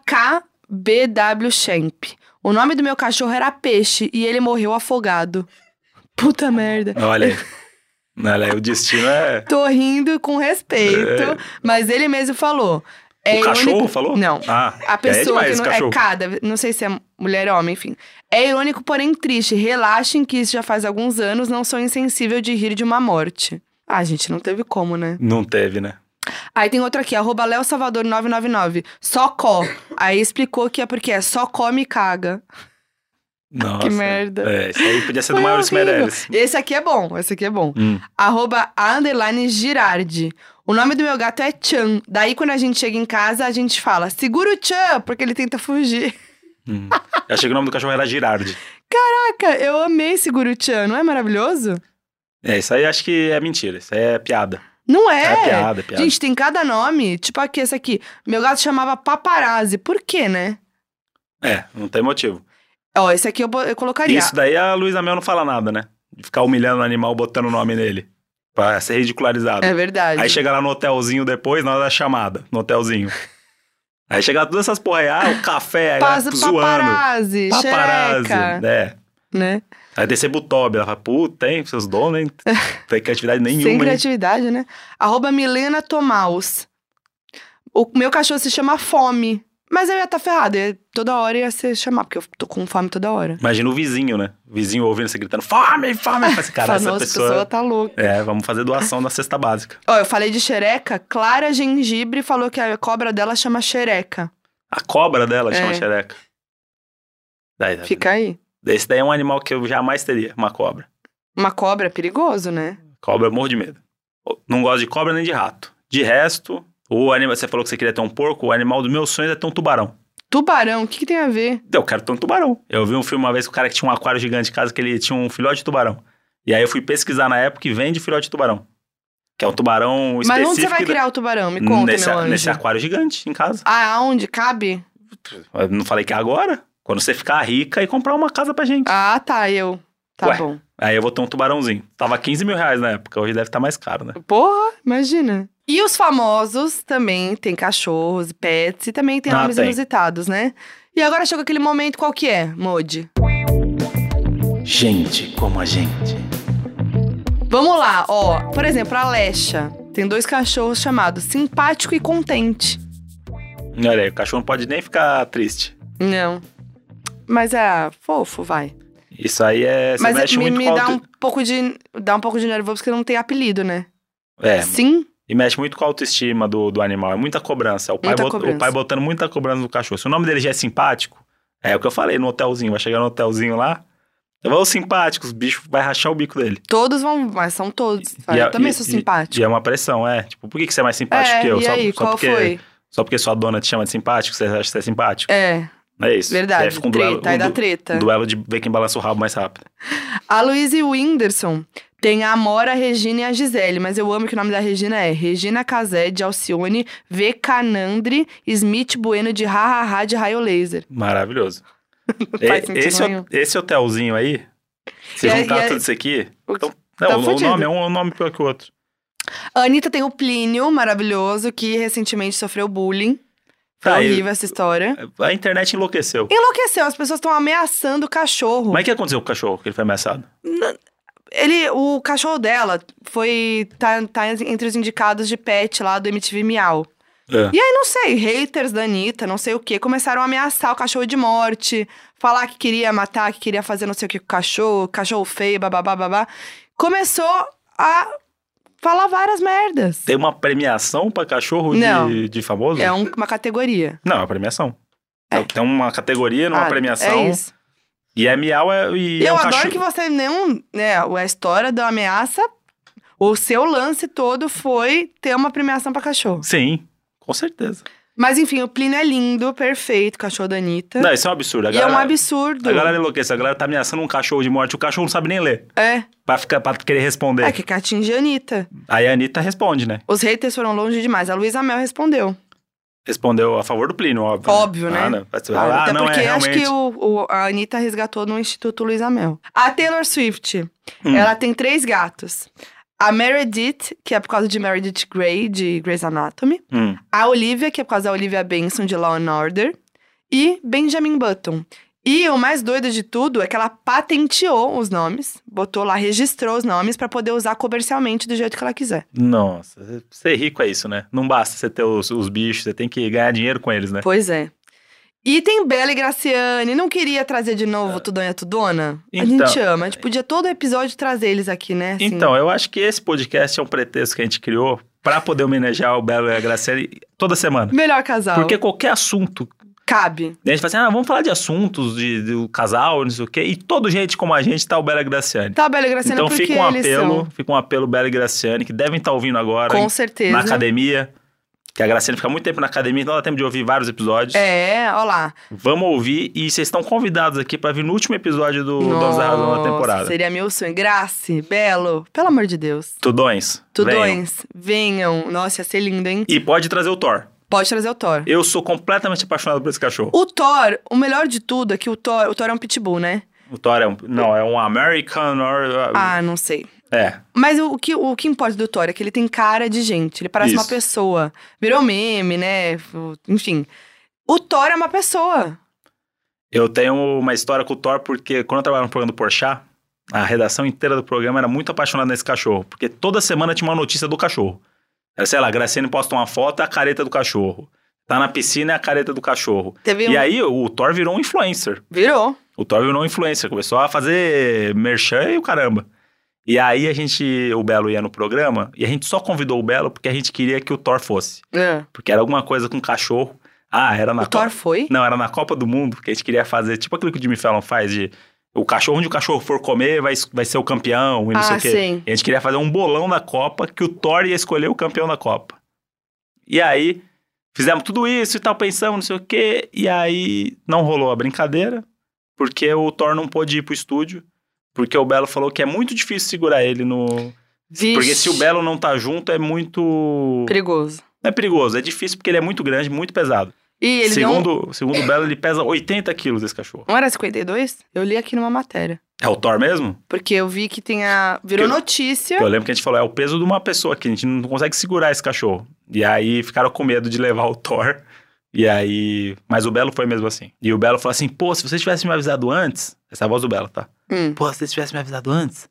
S2: KBWChamp. O nome do meu cachorro era Peixe e ele morreu afogado. Puta merda.
S1: Olha aí. Olha aí, o destino é.
S2: Tô rindo com respeito,
S1: É.
S2: mas ele mesmo falou. É
S1: o cachorro
S2: irônico-
S1: falou?
S2: Não.
S1: Ah,
S2: A pessoa
S1: é demais,
S2: que
S1: o
S2: não, é
S1: cachorro.
S2: cada, não sei se é mulher ou homem, enfim. É irônico, porém triste. Relaxem que isso já faz alguns anos, não sou insensível de rir de uma morte. Ah, gente, não teve como, né?
S1: Não teve, né?
S2: Aí tem outro aqui, arroba Léo Salvador 999. Só có. Aí explicou que é porque é só come e caga.
S1: Nossa.
S2: merda.
S1: É, isso aí podia ser do
S2: Foi
S1: Maurício
S2: horrível.
S1: Meirelles.
S2: Esse aqui é bom, esse aqui é bom.
S1: Hum.
S2: Arroba a underline Girardi. O nome do meu gato é Chan. Daí quando a gente chega em casa, a gente fala, segura o Chan, porque ele tenta fugir.
S1: Hum. Eu achei que o nome do cachorro era Girardi.
S2: Caraca, eu amei segura o Chan, não é maravilhoso?
S1: É, isso aí acho que é mentira. Isso aí é piada.
S2: Não
S1: É, piada, é piada.
S2: Gente, tem cada nome. Tipo aqui, esse aqui. Meu gato chamava paparazzi. Por quê, né?
S1: É, não tem motivo.
S2: Ó, esse aqui eu, bo- eu colocaria.
S1: Isso daí a Luísa Mel não fala nada, né? De ficar humilhando o animal, botando o nome nele. Pra ser ridicularizado.
S2: É verdade.
S1: Aí chega lá no hotelzinho depois, na hora da chamada, no hotelzinho. Aí chega lá todas essas porra aí, ah, o café, aí,
S2: Passa
S1: zoando.
S2: paparazzi, xereca,
S1: É.
S2: né?
S1: Aí descer pro Toby, ela fala, puta, hein, seus donos, hein? Tem criatividade nenhuma,
S2: Sem
S1: hein?
S2: criatividade, né? Arroba Milena Tomaus. O meu cachorro se chama Fome. Mas eu ia estar ferrada. ia- Toda hora ia se chamar, porque eu tô com fome toda hora.
S1: Imagina o vizinho, né? O vizinho ouvindo você gritando, fome, fome. Fala assim, cara, essa
S2: Fala, "Nossa, a
S1: pessoa...
S2: tá louca.
S1: É, vamos fazer doação da cesta básica.
S2: Ó, eu falei de xereca. Clara Gengibre falou que a cobra dela chama xereca.
S1: A cobra dela
S2: É.
S1: chama xereca. Daí, tá
S2: Fica aí.
S1: vendo? Esse daí é um animal que eu jamais teria, uma cobra.
S2: Uma cobra é perigoso, né?
S1: Cobra, eu morro de medo. Não gosto de cobra nem de rato. De resto, o animal, você falou que você queria ter um porco, o animal dos meus sonhos é ter um tubarão.
S2: Tubarão, o que, que tem a ver?
S1: Eu quero ter um tubarão. Eu vi um filme uma vez com o cara que tinha um aquário gigante em casa que ele tinha um filhote de tubarão. E aí eu fui pesquisar na época e vende filhote de tubarão. Que é um tubarão específico.
S2: Mas onde você vai
S1: da-
S2: criar o tubarão? Me conta,
S1: nesse,
S2: meu anjo.
S1: nesse aquário gigante em casa.
S2: Ah, aonde? Cabe?
S1: Eu não falei que é agora. Quando você ficar rica e comprar uma casa pra gente.
S2: Ah, tá, eu. Tá
S1: Ué.
S2: bom.
S1: Aí eu vou ter um tubarãozinho. Tava 15 mil reais na época, hoje deve estar mais caro, né?
S2: Porra, imagina. E os famosos também tem cachorros, pets e também tem
S1: Ah,
S2: nomes
S1: tem.
S2: inusitados, né? E agora chegou aquele momento, qual que é, Modi?
S1: Gente como a gente.
S2: Vamos lá, ó. Por exemplo, a Lesha tem dois cachorros chamados Simpático e Contente.
S1: Olha aí, o cachorro não pode nem ficar triste.
S2: Não. Mas é fofo, vai.
S1: Isso aí é. Você
S2: Mas
S1: mexe
S2: me,
S1: muito
S2: me
S1: com a
S2: dá um
S1: auto...
S2: pouco de dá um pouco de nervoso porque não tem apelido, né?
S1: É,
S2: Sim?
S1: e mexe muito com a autoestima do, do animal. É muita cobrança. É O pai,
S2: Muita
S1: bot-
S2: cobrança.
S1: o pai botando muita cobrança no cachorro. Se o nome dele já é simpático, é o que eu falei no hotelzinho. Vai chegar no hotelzinho lá. Vamos simpáticos, o bicho vai rachar o bico dele.
S2: Todos vão, mas são todos.
S1: E
S2: eu
S1: a-
S2: também
S1: e-
S2: sou
S1: e-
S2: simpático.
S1: E é uma pressão, é. Tipo, por que, que você é mais simpático
S2: é,
S1: que eu?
S2: e aí, qual
S1: porque,
S2: foi?
S1: só porque sua dona te chama de simpático, você acha que você é simpático?
S2: É,
S1: Não é isso. Aí
S2: verdade.
S1: fica um
S2: treta,
S1: duelo,
S2: aí
S1: um
S2: dá
S1: du-
S2: treta.
S1: um duelo de ver quem balança o rabo mais rápido.
S2: A Luísa e o Whindersson tem a Amora, a Regina e a Gisele, mas eu amo que o nome da Regina é Regina Casé de Alcione, V. Canandre, Smith Bueno de Hahaha de Raio Laser.
S1: Maravilhoso.
S2: faz
S1: E-
S2: sentido
S1: esse,
S2: nenhum.
S1: esse hotelzinho aí, se
S2: E aí-
S1: juntar
S2: e aí-
S1: tudo isso aqui.
S2: O-
S1: Então,
S2: tá
S1: não, o
S2: fudido.
S1: nome é um, é um nome pior que o outro.
S2: A Anitta tem o Plínio, maravilhoso, que recentemente sofreu bullying. Foi
S1: Tá,
S2: horrível essa história.
S1: A internet enlouqueceu.
S2: Enlouqueceu, as pessoas estão ameaçando o cachorro.
S1: Mas o que aconteceu com o cachorro que ele foi ameaçado?
S2: Ele, o cachorro dela foi tá, tá entre os indicados de pet lá do MTV Miau.
S1: É.
S2: E aí, não sei, haters da Anitta, não sei o que, começaram a ameaçar o cachorro de morte, falar que queria matar, que queria fazer não sei o que com o cachorro, cachorro feio, babá, babá. Começou a falar várias merdas.
S1: Tem uma premiação pra cachorro
S2: Não.
S1: de, de famoso?
S2: É um- uma categoria.
S1: Não, é uma premiação.
S2: É.
S1: Tem uma categoria numa
S2: Ah,
S1: premiação.
S2: É isso.
S1: E é miau é, e é
S2: eu
S1: um
S2: adoro
S1: cachorro.
S2: que você nenhum, né, a história da ameaça, o seu lance todo foi ter uma premiação pra cachorro.
S1: Sim, com certeza.
S2: Mas enfim, o Plínio é lindo, perfeito, cachorro da Anitta.
S1: Não, isso é um absurdo. A
S2: e é
S1: galera,
S2: um absurdo.
S1: A galera enlouqueceu. A galera tá ameaçando um cachorro de morte. O cachorro não sabe nem ler.
S2: É,
S1: Pra, ficar, pra querer responder.
S2: é que atinge a Anitta.
S1: Aí a Anitta responde, né?
S2: Os haters foram longe demais. A Luísa Mel respondeu.
S1: respondeu a favor do Plínio, óbvio.
S2: Óbvio, né?
S1: Ah, não, vai ser-
S2: Claro,
S1: ah,
S2: Até
S1: não
S2: porque
S1: é
S2: acho
S1: realmente.
S2: que o, o- a Anitta resgatou no Instituto Luísa Mel. A Taylor Swift,
S1: Hum.
S2: ela tem três gatos. A Meredith, que é por causa de Meredith Grey, de Grey's Anatomy.
S1: Hum.
S2: A Olivia, que é por causa da Olivia Benson, de Law and Order. E Benjamin Button. E o mais doido de tudo é que ela patenteou os nomes, botou lá, registrou os nomes pra poder usar comercialmente do jeito que ela quiser.
S1: Nossa, ser rico é isso, né? Não basta você ter os, os bichos, você tem que ganhar dinheiro com eles, né?
S2: Pois é. E tem Bela e Graciane. Não queria trazer de novo Tudonha Tudona? a
S1: É. Então.
S2: gente ama. A gente podia todo episódio trazer eles aqui, né? Assim,
S1: Então, eu acho que esse podcast é um pretexto que a gente criou pra poder homenagear o Belo e a Graciane toda semana.
S2: Melhor casal.
S1: Porque qualquer assunto,
S2: cabe.
S1: a gente fala assim, ah, vamos falar de assuntos, de, do casal, não sei o quê, e todo gente como a gente tá o Belo e a Graciane.
S2: Tá, Bela e Graciane,
S1: então
S2: porque
S1: fica um
S2: eles
S1: apelo,
S2: são.
S1: fica um apelo Bela e Graciane, que devem estar ouvindo agora,
S2: Com
S1: hein,
S2: certeza.
S1: na academia, que a Graciane fica muito tempo na academia, então dá tempo de ouvir vários episódios.
S2: É, ó lá.
S1: Vamos ouvir, e vocês estão convidados aqui pra vir no último episódio do Donos da Razão da
S2: Nossa,
S1: temporada.
S2: Seria meu sonho. Grace, Belo, pelo amor de Deus.
S1: Tudões. venham.
S2: Tudões, venham. Nossa, ia ser lindo, hein?
S1: E pode trazer o Thor.
S2: Pode trazer o Thor.
S1: Eu sou completamente apaixonado por esse cachorro.
S2: O Thor, o melhor de tudo é que o Thor, o Thor é um pitbull, né?
S1: O Thor é um. Não, é um American. Or, uh,
S2: Ah, não sei.
S1: É.
S2: Mas o que, o que importa do Thor é que ele tem cara de gente. Ele parece uma
S1: Isso.
S2: pessoa. Virou meme, né? O- Enfim. O Thor é uma pessoa.
S1: Eu tenho uma história com o Thor porque quando eu trabalhava no programa do Porchat, a redação inteira do programa era muito apaixonada nesse cachorro. Porque toda semana tinha uma notícia do cachorro. Era, sei lá, Graciane posta uma foto, é a careta do cachorro. Tá na piscina, é a careta do cachorro.
S2: Teve
S1: E
S2: um...
S1: aí o Thor virou um influencer.
S2: Virou.
S1: O Thor virou um influencer, começou a fazer merchan e o caramba. E aí a gente, o Belo ia no programa, e a gente só convidou o Belo porque a gente queria que o Thor fosse.
S2: É.
S1: Porque era alguma coisa com cachorro. Ah, era na
S2: O Thor
S1: Copa...
S2: foi?
S1: Não, era na Copa do Mundo, que a gente queria fazer, tipo aquilo que o Jimmy Fallon faz de... O cachorro, onde o cachorro for comer, vai, vai ser o campeão e não sei
S2: ah,
S1: o quê.
S2: sim.
S1: E a gente queria fazer um bolão da Copa que o Thor ia escolher o campeão da Copa. E aí, fizemos tudo isso e tal, pensamos, não sei o quê. E aí, não rolou a brincadeira, porque o Thor não pôde ir pro estúdio, porque o Belo falou que é muito difícil segurar ele no.
S2: Vixe.
S1: Porque se o Belo não tá junto, é muito.
S2: Perigoso.
S1: Não é perigoso, é difícil porque ele é muito grande, muito pesado.
S2: E ele deu
S1: segundo, segundo o Belo, ele pesa 80 quilos esse cachorro.
S2: um... Não era 52? Eu li aqui numa matéria.
S1: É o Thor mesmo?
S2: Porque eu vi que tem a... Virou
S1: Que-
S2: notícia.
S1: Eu lembro que a gente falou, é o peso de uma pessoa aqui, a gente não consegue segurar esse cachorro. E aí ficaram com medo de levar o Thor. E aí. Mas o Belo foi mesmo assim. E o Belo falou assim: pô, se você tivesse me avisado antes. Essa é a voz do Belo, tá?
S2: Hum.
S1: Pô, se você tivesse me avisado antes.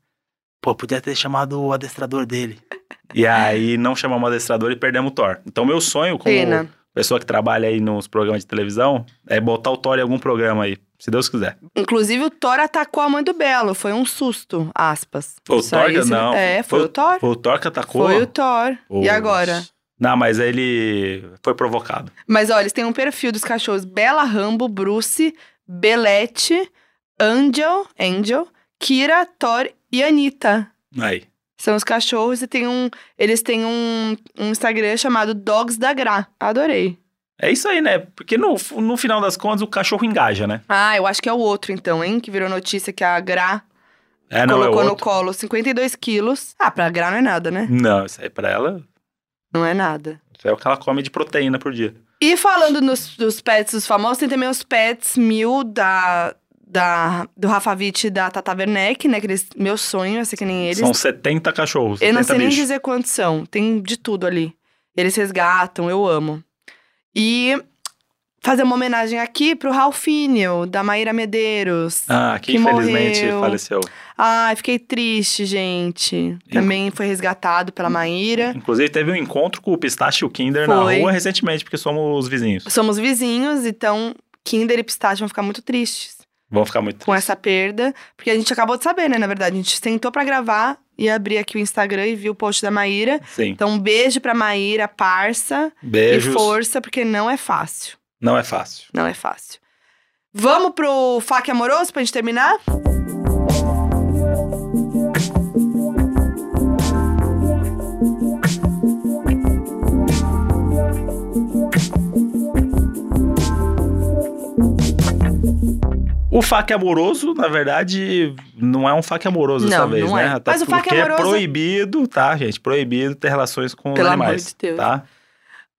S1: Pô, podia ter chamado o adestrador dele. E aí não chamamos o adestrador e perdemos o Thor. Então, meu sonho como
S2: Pena.
S1: pessoa que trabalha aí nos programas de televisão é botar o Thor em algum programa aí, se Deus quiser.
S2: Inclusive, o Thor atacou a mãe do Belo. Foi um susto, aspas.
S1: Foi o
S2: Isso
S1: Thor
S2: aí,
S1: que-
S2: isso-
S1: não.
S2: É, foi,
S1: Foi
S2: o Thor.
S1: Foi o Thor que atacou.
S2: Foi o Thor. E
S1: Poxa.
S2: agora?
S1: Não, mas ele foi provocado.
S2: Mas olha, eles têm um perfil dos cachorros Bela Rambo, Bruce, Belete, Angel, Angel, Kira, Thor e Anitta.
S1: Aí.
S2: São os cachorros e tem um. Eles têm um, um Instagram chamado Dogs da Gra. Adorei.
S1: É isso aí, né? Porque no, no final das contas o cachorro engaja, né?
S2: Ah, eu acho que é o outro então, hein? Que virou notícia que a Gra
S1: É, não, é
S2: colocou no
S1: outro.
S2: colo 52 quilos. Ah, pra Gra não é nada, né?
S1: Não, isso aí é pra ela
S2: Não é nada.
S1: isso é o que ela come de proteína por dia.
S2: E falando nos, dos pets dos famosos, tem também os pets mil da, da, do Rafa Witt e da Tata Werneck, né? Que eles, meu sonho é ser que nem eles.
S1: São 70 cachorros,
S2: eu
S1: 70
S2: não sei nem
S1: bichos.
S2: dizer quantos são. Tem de tudo ali. Eles resgatam, eu amo. E fazer uma homenagem aqui pro Ralfinho, da Maíra Medeiros.
S1: Ah, que,
S2: que
S1: infelizmente
S2: morreu.
S1: faleceu.
S2: Ai, fiquei triste, gente. Também foi resgatado pela
S1: hum.
S2: Maíra.
S1: Inclusive teve um encontro com o Pistache e o Kinder na
S2: Foi.
S1: rua recentemente, porque somos vizinhos.
S2: Somos vizinhos, então Kinder e Pistache vão ficar muito tristes.
S1: Vão ficar muito...
S2: com essa perda, porque a gente acabou de saber, né, na verdade, a gente sentou pra gravar e abrir aqui o Instagram e viu o post da Maíra.
S1: Sim.
S2: Então, um beijo pra Maíra, parça,
S1: Beijos.
S2: e força, porque não é fácil,
S1: Não é fácil.
S2: não é fácil. Vamos pro fac amoroso pra gente terminar?
S1: O fac amoroso, na verdade, não é um fac amoroso dessa
S2: Não,
S1: vez,
S2: não
S1: né?
S2: é.
S1: Até
S2: Mas o fac
S1: porque
S2: amoroso-
S1: é proibido, tá, gente? Proibido ter relações com
S2: Pelo amor
S1: animais.
S2: de Deus.
S1: Tá?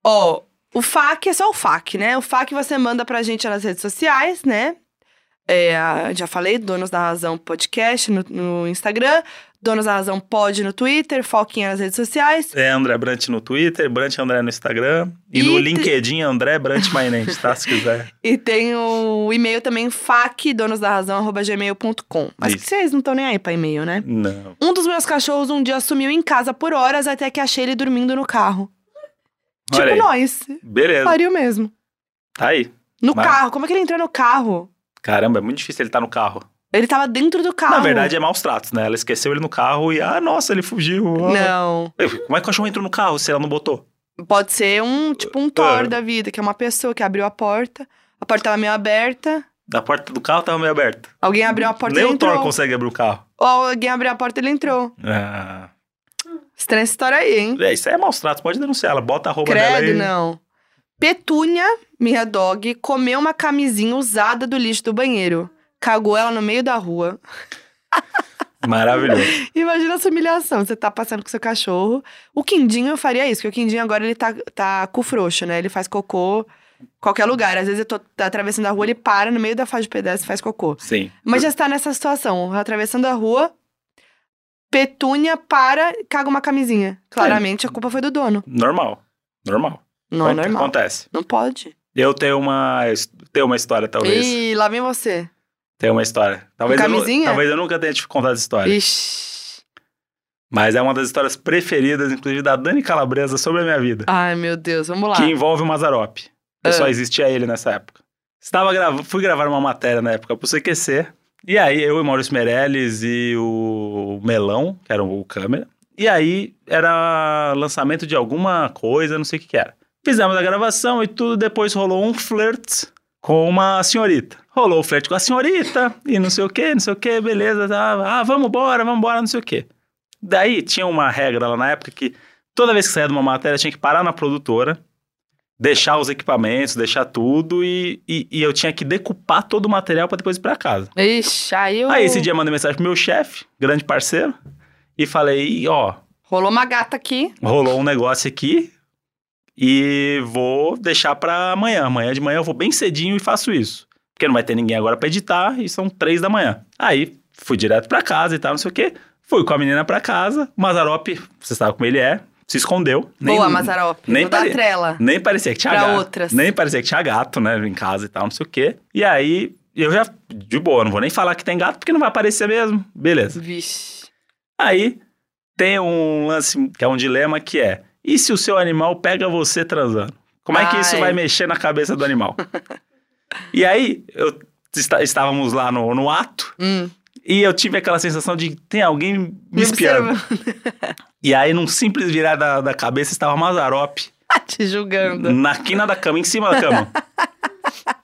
S2: Ó, O FAQ é só o FAQ, né? O FAQ você manda pra gente nas redes sociais, né? É, a- já falei, Donos da Razão Podcast no, no Instagram, Donos da Razão Pod no Twitter, Foquinha nas redes sociais.
S1: É André Brant no Twitter, Brant André no Instagram. E,
S2: E
S1: no
S2: te-
S1: LinkedIn, André Brant Mainente, tá? Se quiser.
S2: E tem o e-mail também, facdonosdarrazão.gmail.com. Mas que
S1: Isso.
S2: vocês não estão nem aí pra e-mail, né?
S1: Não.
S2: Um dos meus cachorros um dia sumiu em casa por horas até que achei ele dormindo no carro.
S1: Olha
S2: tipo
S1: aí.
S2: nós.
S1: Beleza.
S2: Pariu mesmo.
S1: Tá aí.
S2: No
S1: Mas-
S2: carro. Como é que ele entrou no carro?
S1: Caramba, é muito difícil ele estar no carro.
S2: Ele tava dentro do carro.
S1: Na verdade, é maus tratos, né? Ela esqueceu ele no carro e, ah, nossa, ele fugiu. ah.
S2: Não.
S1: Como é que o cachorro entrou no carro se ela não botou?
S2: Pode ser um, tipo, um Thor
S1: É.
S2: da vida, que é uma pessoa que abriu a porta. A porta tava meio aberta.
S1: A porta do carro tava meio aberta.
S2: Alguém abriu a porta e
S1: Nem
S2: ele
S1: o Thor
S2: entrou.
S1: consegue abrir o carro.
S2: Ou alguém abriu a porta e ele entrou.
S1: Ah,
S2: Estranha essa história aí, hein?
S1: é, isso aí é maus tratos, pode denunciar ela. Bota a roupa dela
S2: Credo,
S1: aí.
S2: não. Petúnia, minha dog, comeu uma camisinha usada do lixo do banheiro. Cagou ela no meio da rua.
S1: Maravilhoso.
S2: Imagina essa humilhação. Você tá passando com seu cachorro. O Quindinho eu faria isso, porque o Quindinho agora ele tá, tá cu frouxo, né? Ele faz cocô em qualquer lugar. Às vezes eu tô tá atravessando a rua, ele para no meio da faixa de pedestre e faz cocô.
S1: Sim.
S2: Mas já está nessa situação, atravessando a rua, Petúnia para, caga uma camisinha. Claramente a culpa foi do dono.
S1: Normal. Normal.
S2: Não é
S1: Aconte-
S2: normal.
S1: Acontece.
S2: Não pode.
S1: Eu tenho uma, tenho uma história, talvez.
S2: Ih, lá vem você.
S1: Tem uma história. Talvez,
S2: Com
S1: eu, nu-
S2: camisinha?
S1: talvez eu nunca tenha te contado essa história.
S2: Ixi.
S1: Mas é uma das histórias preferidas, inclusive, da Dani Calabresa sobre a minha vida.
S2: Ai, meu Deus, vamos lá.
S1: Que envolve o Mazarop.
S2: Ah.
S1: Que só existia ele nessa época. Estava grava... Fui gravar uma matéria na época pro CQC. E aí, eu e o Maurício Meirelles e o Melão, que era o câmera. E aí, era lançamento de alguma coisa, não sei o que, que era. Fizemos a gravação e tudo, depois rolou um flirt com uma senhorita. Rolou o flerte com a senhorita e não sei o que, não sei o que, beleza. tá. Ah, vamos embora, vamos embora, não sei o que. Daí tinha uma regra lá na época que toda vez que saía de uma matéria tinha que parar na produtora, deixar os equipamentos, deixar tudo e, e, e eu tinha que decupar todo o material pra depois ir pra casa.
S2: Ixi, aí eu...
S1: Aí esse dia eu mandei mensagem pro meu chefe, grande parceiro, e falei: ó,
S2: Rolou uma gata aqui.
S1: rolou um negócio aqui e vou deixar pra amanhã. Amanhã de manhã eu vou bem cedinho e faço isso. Porque não vai ter ninguém agora pra editar e são três da manhã. Aí fui direto pra casa e tal, não sei o quê. Fui com a menina pra casa. O Mazarop, você sabe como ele é, se escondeu. Nem,
S2: Boa, Mazarop.
S1: nem
S2: Não dá
S1: pare-
S2: trela.
S1: nem parecia que tinha
S2: Pra
S1: gato.
S2: outras.
S1: Nem parecia que tinha gato, né? Em casa e tal, não sei o quê. E aí eu já, de boa, não vou nem falar que tem gato porque não vai aparecer mesmo. Beleza.
S2: Vixe.
S1: Aí tem um lance que é um dilema que é: e se o seu animal pega você transando? Como é que isso
S2: Ai.
S1: vai mexer na cabeça do animal? e aí, eu esta- estávamos lá no, no ato
S2: Hum.
S1: e eu tive aquela sensação de tem alguém me, espiando.
S2: observando.
S1: E aí, num simples virar da, da cabeça, estava Mazarop
S2: Te julgando.
S1: na quina da cama, em cima da cama.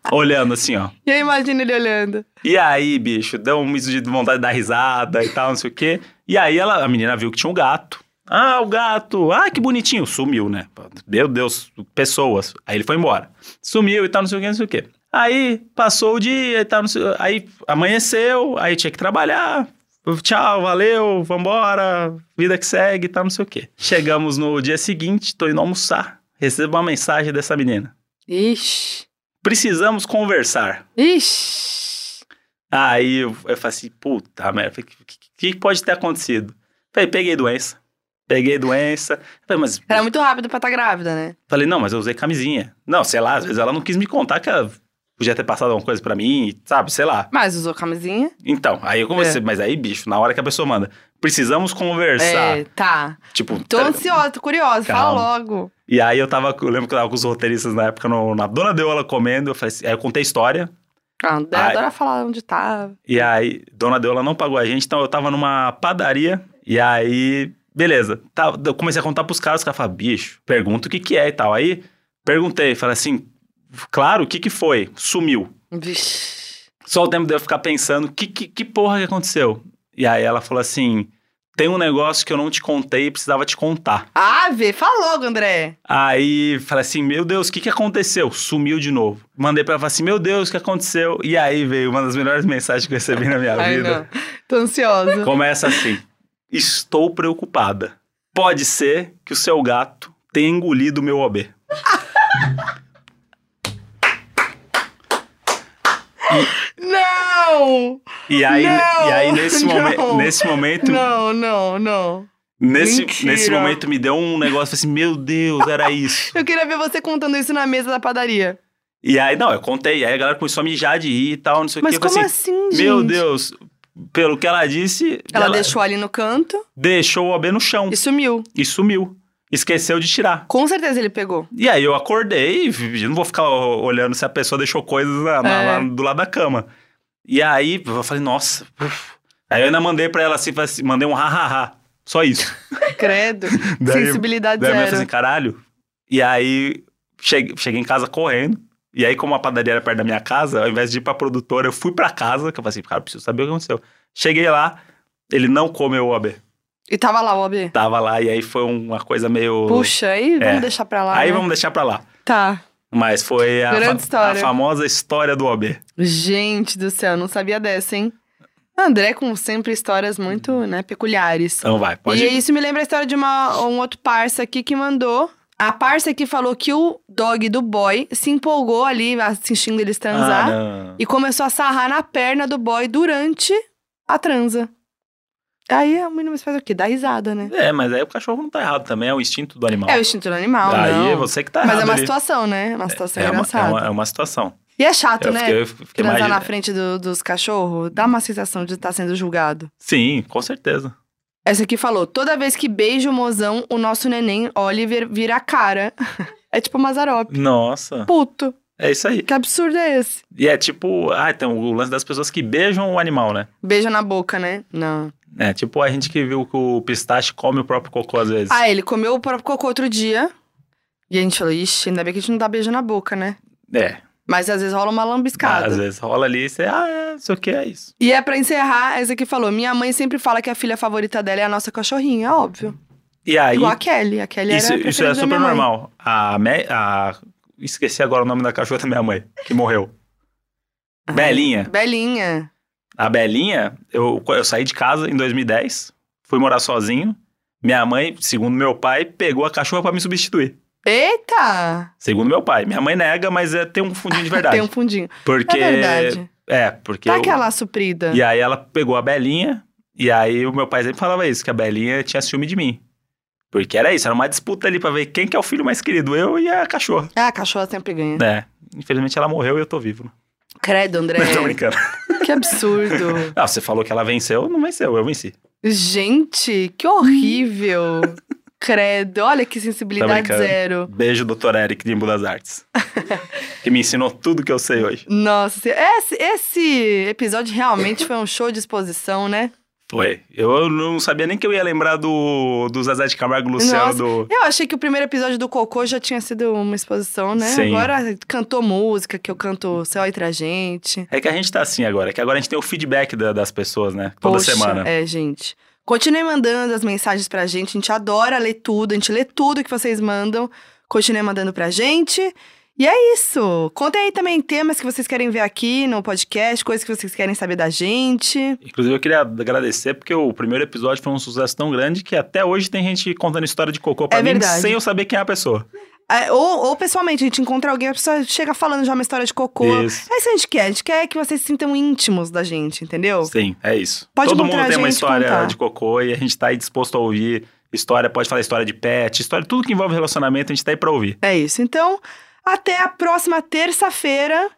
S1: olhando assim, ó.
S2: E eu imagino ele olhando.
S1: E aí, bicho, deu um misto de vontade de dar risada e tal, não sei o quê. E aí ela, a menina viu que tinha um gato. Ah, o gato. Ah, que bonitinho. Sumiu, né? Meu Deus, pessoas. Aí ele foi embora. Sumiu e tal, não sei o quê, não sei o quê. Aí passou o dia e tal, não sei, aí amanheceu, aí tinha que trabalhar. Tchau, valeu, vambora, vida que segue e tal, não sei o quê. Chegamos no dia seguinte, tô indo almoçar. Recebo uma mensagem dessa menina.
S2: Ixi.
S1: Precisamos conversar.
S2: Ixi.
S1: Aí eu, eu falei assim, puta merda, o que, que- que pode ter acontecido? Falei, peguei doença. Peguei doença. Falei, mas.
S2: Era muito rápido pra estar grávida, né?
S1: Falei, não, mas eu usei camisinha. Não, sei lá, às vezes ela não quis me contar que ela podia ter passado alguma coisa pra mim, sabe, sei lá.
S2: Mas usou camisinha.
S1: Então, aí eu
S2: É.
S1: comecei, mas aí, bicho, na hora que a pessoa manda, precisamos conversar.
S2: É, tá.
S1: Tipo,
S2: Tô
S1: tá-
S2: ansiosa, tô curiosa.
S1: Calma.
S2: Fala logo.
S1: e aí eu tava, eu lembro que eu tava com os roteiristas na época, no- na Dona Deola comendo, eu falei assim, aí eu contei a história,
S2: Ah, André
S1: Ai.
S2: adora falar onde tá. tava.
S1: E aí, Dona Deola não pagou a gente, então eu tava numa padaria. E aí, beleza. Tá, eu comecei a contar pros caras, os caras falaram, bicho, pergunta o que que é e tal. Aí, perguntei, falei assim, claro, o que que foi? Sumiu.
S2: Vixe.
S1: Só o tempo de eu ficar pensando, que, que, que porra que aconteceu? E aí ela falou assim, tem um negócio que eu não te contei e precisava te contar.
S2: Ah, vê, fala logo, André.
S1: Aí falei assim: Meu Deus, o que, que aconteceu? Sumiu de novo. Mandei pra ela falar assim: Meu Deus, o que aconteceu? E aí veio uma das melhores mensagens que eu recebi na minha
S2: Ai,
S1: vida.
S2: não. Tô ansiosa.
S1: Começa assim: Estou preocupada. Pode ser que o seu gato tenha engolido o meu OB.
S2: Não!
S1: E aí,
S2: Não!
S1: e aí nesse, momen
S2: Não!
S1: nesse momento,
S2: Não, não, não.
S1: nesse,
S2: Mentira.
S1: nesse momento me deu um negócio assim, meu Deus, era isso.
S2: Eu queria ver você contando isso na mesa da padaria.
S1: E aí, não, eu contei. Aí a galera começou a mijar de rir e tal, não sei
S2: Mas
S1: o que.
S2: como assim, gente?
S1: Meu Deus, pelo que ela disse,
S2: Ela, deixou ali no canto
S1: deixou o AB no chão
S2: e sumiu.
S1: e sumiu. Esqueceu de tirar.
S2: Com certeza ele pegou.
S1: E aí eu acordei, eu não vou ficar olhando se a pessoa deixou coisas na- na-
S2: É.
S1: lá do lado da cama. E aí eu falei, nossa. uf. Aí eu ainda mandei pra ela assim, falei assim, mandei um ha-ha-ha. Só isso.
S2: Credo.
S1: Daí-
S2: Sensibilidade
S1: Daí a minha
S2: zero.
S1: falou assim, caralho. E aí cheguei, cheguei em casa correndo. E aí, como a padaria era perto da minha casa, ao invés de ir pra produtora, eu fui pra casa, que eu falei assim, cara, eu preciso saber o que aconteceu. Cheguei lá, ele não comeu o OB.
S2: E tava lá o OB.
S1: Tava lá, e aí foi uma coisa meio.
S2: Puxa, aí
S1: É.
S2: vamos deixar pra lá.
S1: aí
S2: né?
S1: vamos deixar pra lá.
S2: Tá.
S1: Mas foi a,
S2: Grande
S1: fa-
S2: história.
S1: a famosa história do OB.
S2: Gente do céu, não sabia dessa, hein? André, como sempre, histórias muito, né, peculiares.
S1: Então vai, Uhum. pode
S2: e
S1: ir.
S2: isso me lembra a história de uma, um outro parça aqui que mandou. A parça aqui falou que o dog do boy se empolgou ali assistindo eles transar
S1: Ah, não.
S2: e começou a sarrar na perna do boy durante a transa. Aí o menino faz o quê? Dá risada, né?
S1: É, mas aí o cachorro não tá errado também, é o instinto do animal.
S2: É o instinto do animal,
S1: Aí
S2: não.
S1: é você que tá
S2: Mas
S1: errado.
S2: é uma
S1: ali.
S2: situação, né? É uma situação
S1: É uma, é,
S2: engraçada.
S1: uma, é uma situação.
S2: E é chato,
S1: Eu
S2: né?
S1: fiquei, eu fiquei
S2: Transar
S1: mais.
S2: na frente do- dos cachorros dá uma sensação de estar sendo julgado.
S1: Sim, com certeza.
S2: Essa aqui falou: toda vez que beijo o mozão, o nosso neném Oliver vira a cara. é tipo Mazarop.
S1: Nossa,
S2: Puto.
S1: é isso aí.
S2: Que absurdo é esse?
S1: E é tipo, ah, tem o lance das pessoas que beijam o animal, né?
S2: Beijo na boca, né? Não.
S1: É, tipo a gente que viu que o pistache come o próprio cocô às vezes.
S2: Ah, ele comeu o próprio cocô outro dia. E a gente falou: ixi, ainda bem que a gente não dá beijo na boca, né?
S1: É,
S2: Mas às vezes rola uma lambiscada.
S1: às vezes rola ali e você, ah, é, não sei o que, é isso.
S2: E é pra encerrar, essa aqui falou: minha mãe sempre fala que a filha favorita dela é a nossa cachorrinha, óbvio.
S1: E aí,
S2: Igual a Kelly. A Kelly
S1: isso,
S2: era a
S1: isso é
S2: preferida da
S1: super
S2: minha mãe.
S1: normal. A, me, a. Esqueci agora o nome da cachorra da minha mãe, que morreu. Belinha.
S2: Belinha.
S1: A Belinha, eu, eu saí de casa em 2010, fui morar sozinho. Minha mãe, segundo meu pai, pegou a cachorra pra me substituir.
S2: Eita!
S1: Segundo meu pai. Minha mãe nega, mas é, tem um fundinho de verdade.
S2: Tem um fundinho.
S1: Porque.
S2: É verdade.
S1: É, porque.
S2: Tá
S1: eu-
S2: aquela suprida.
S1: E aí ela pegou a Belinha, e aí o meu pai sempre falava isso, que a Belinha tinha ciúme de mim. Porque era isso, era uma disputa ali pra ver quem que é o filho mais querido, eu e a cachorra.
S2: Ah, a cachorra sempre ganha.
S1: É. Infelizmente ela morreu e eu tô vivo. né?
S2: Credo, André.
S1: Tô brincando.
S2: que absurdo.
S1: Ah, você falou que ela venceu, não venceu, eu venci.
S2: Gente, que horrível. Credo, olha que sensibilidade
S1: brincando.
S2: zero.
S1: Beijo, doutor Eric de Embu das Artes. que me ensinou tudo que eu sei hoje.
S2: Nossa, esse, esse episódio realmente foi um show de exposição, né?
S1: Foi. Eu não sabia nem que eu ia lembrar do, do Zezé de Camargo e Luciano
S2: Nossa,
S1: do.
S2: Eu achei que o primeiro episódio do Cocô já tinha sido uma exposição, né?
S1: Sim.
S2: Agora cantou música, que eu canto Céu Entre a Gente.
S1: É que a gente tá assim agora, que agora a gente tem o feedback da- das pessoas, né? Toda
S2: Poxa,
S1: semana.
S2: É, gente. Continue mandando as mensagens pra gente. A gente adora ler tudo, a gente lê tudo que vocês mandam. Continue mandando pra gente. E é isso. Contem aí também temas que vocês querem ver aqui no podcast, coisas que vocês querem saber da gente.
S1: Inclusive, eu queria agradecer, porque o primeiro episódio foi um sucesso tão grande que até hoje tem gente contando história de cocô pra
S2: É
S1: mim
S2: verdade.
S1: sem eu saber quem é a pessoa.
S2: É, ou, ou pessoalmente, a gente encontra alguém, a pessoa chega falando já uma história de cocô.
S1: Isso.
S2: É isso que a gente quer. A gente quer que vocês se sintam íntimos da gente, entendeu?
S1: Sim, é isso.
S2: Pode
S1: Todo
S2: encontrar
S1: mundo
S2: a
S1: tem uma
S2: gente,
S1: história
S2: contar.
S1: de cocô e a gente tá aí disposto a ouvir história, pode falar história de pet, história, tudo que envolve relacionamento, a gente tá aí pra ouvir.
S2: É isso. Então, até a próxima terça-feira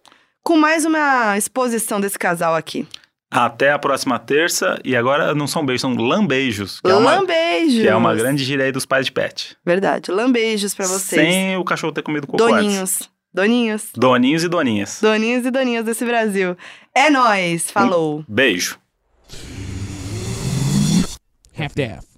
S2: com mais uma exposição desse casal aqui.
S1: Até a próxima terça. E agora não são beijos, são lambeijos. Que é uma,
S2: Lambeijos!
S1: que é uma grande gíria aí dos pais de pet.
S2: Verdade. Lambeijos pra vocês.
S1: Sem o cachorro ter comido cocô antes.
S2: Doninhos. Doninhos.
S1: Doninhos e doninhas.
S2: Doninhos e doninhas desse Brasil. É nóis. Falou.
S1: Beijo.
S4: half-daff.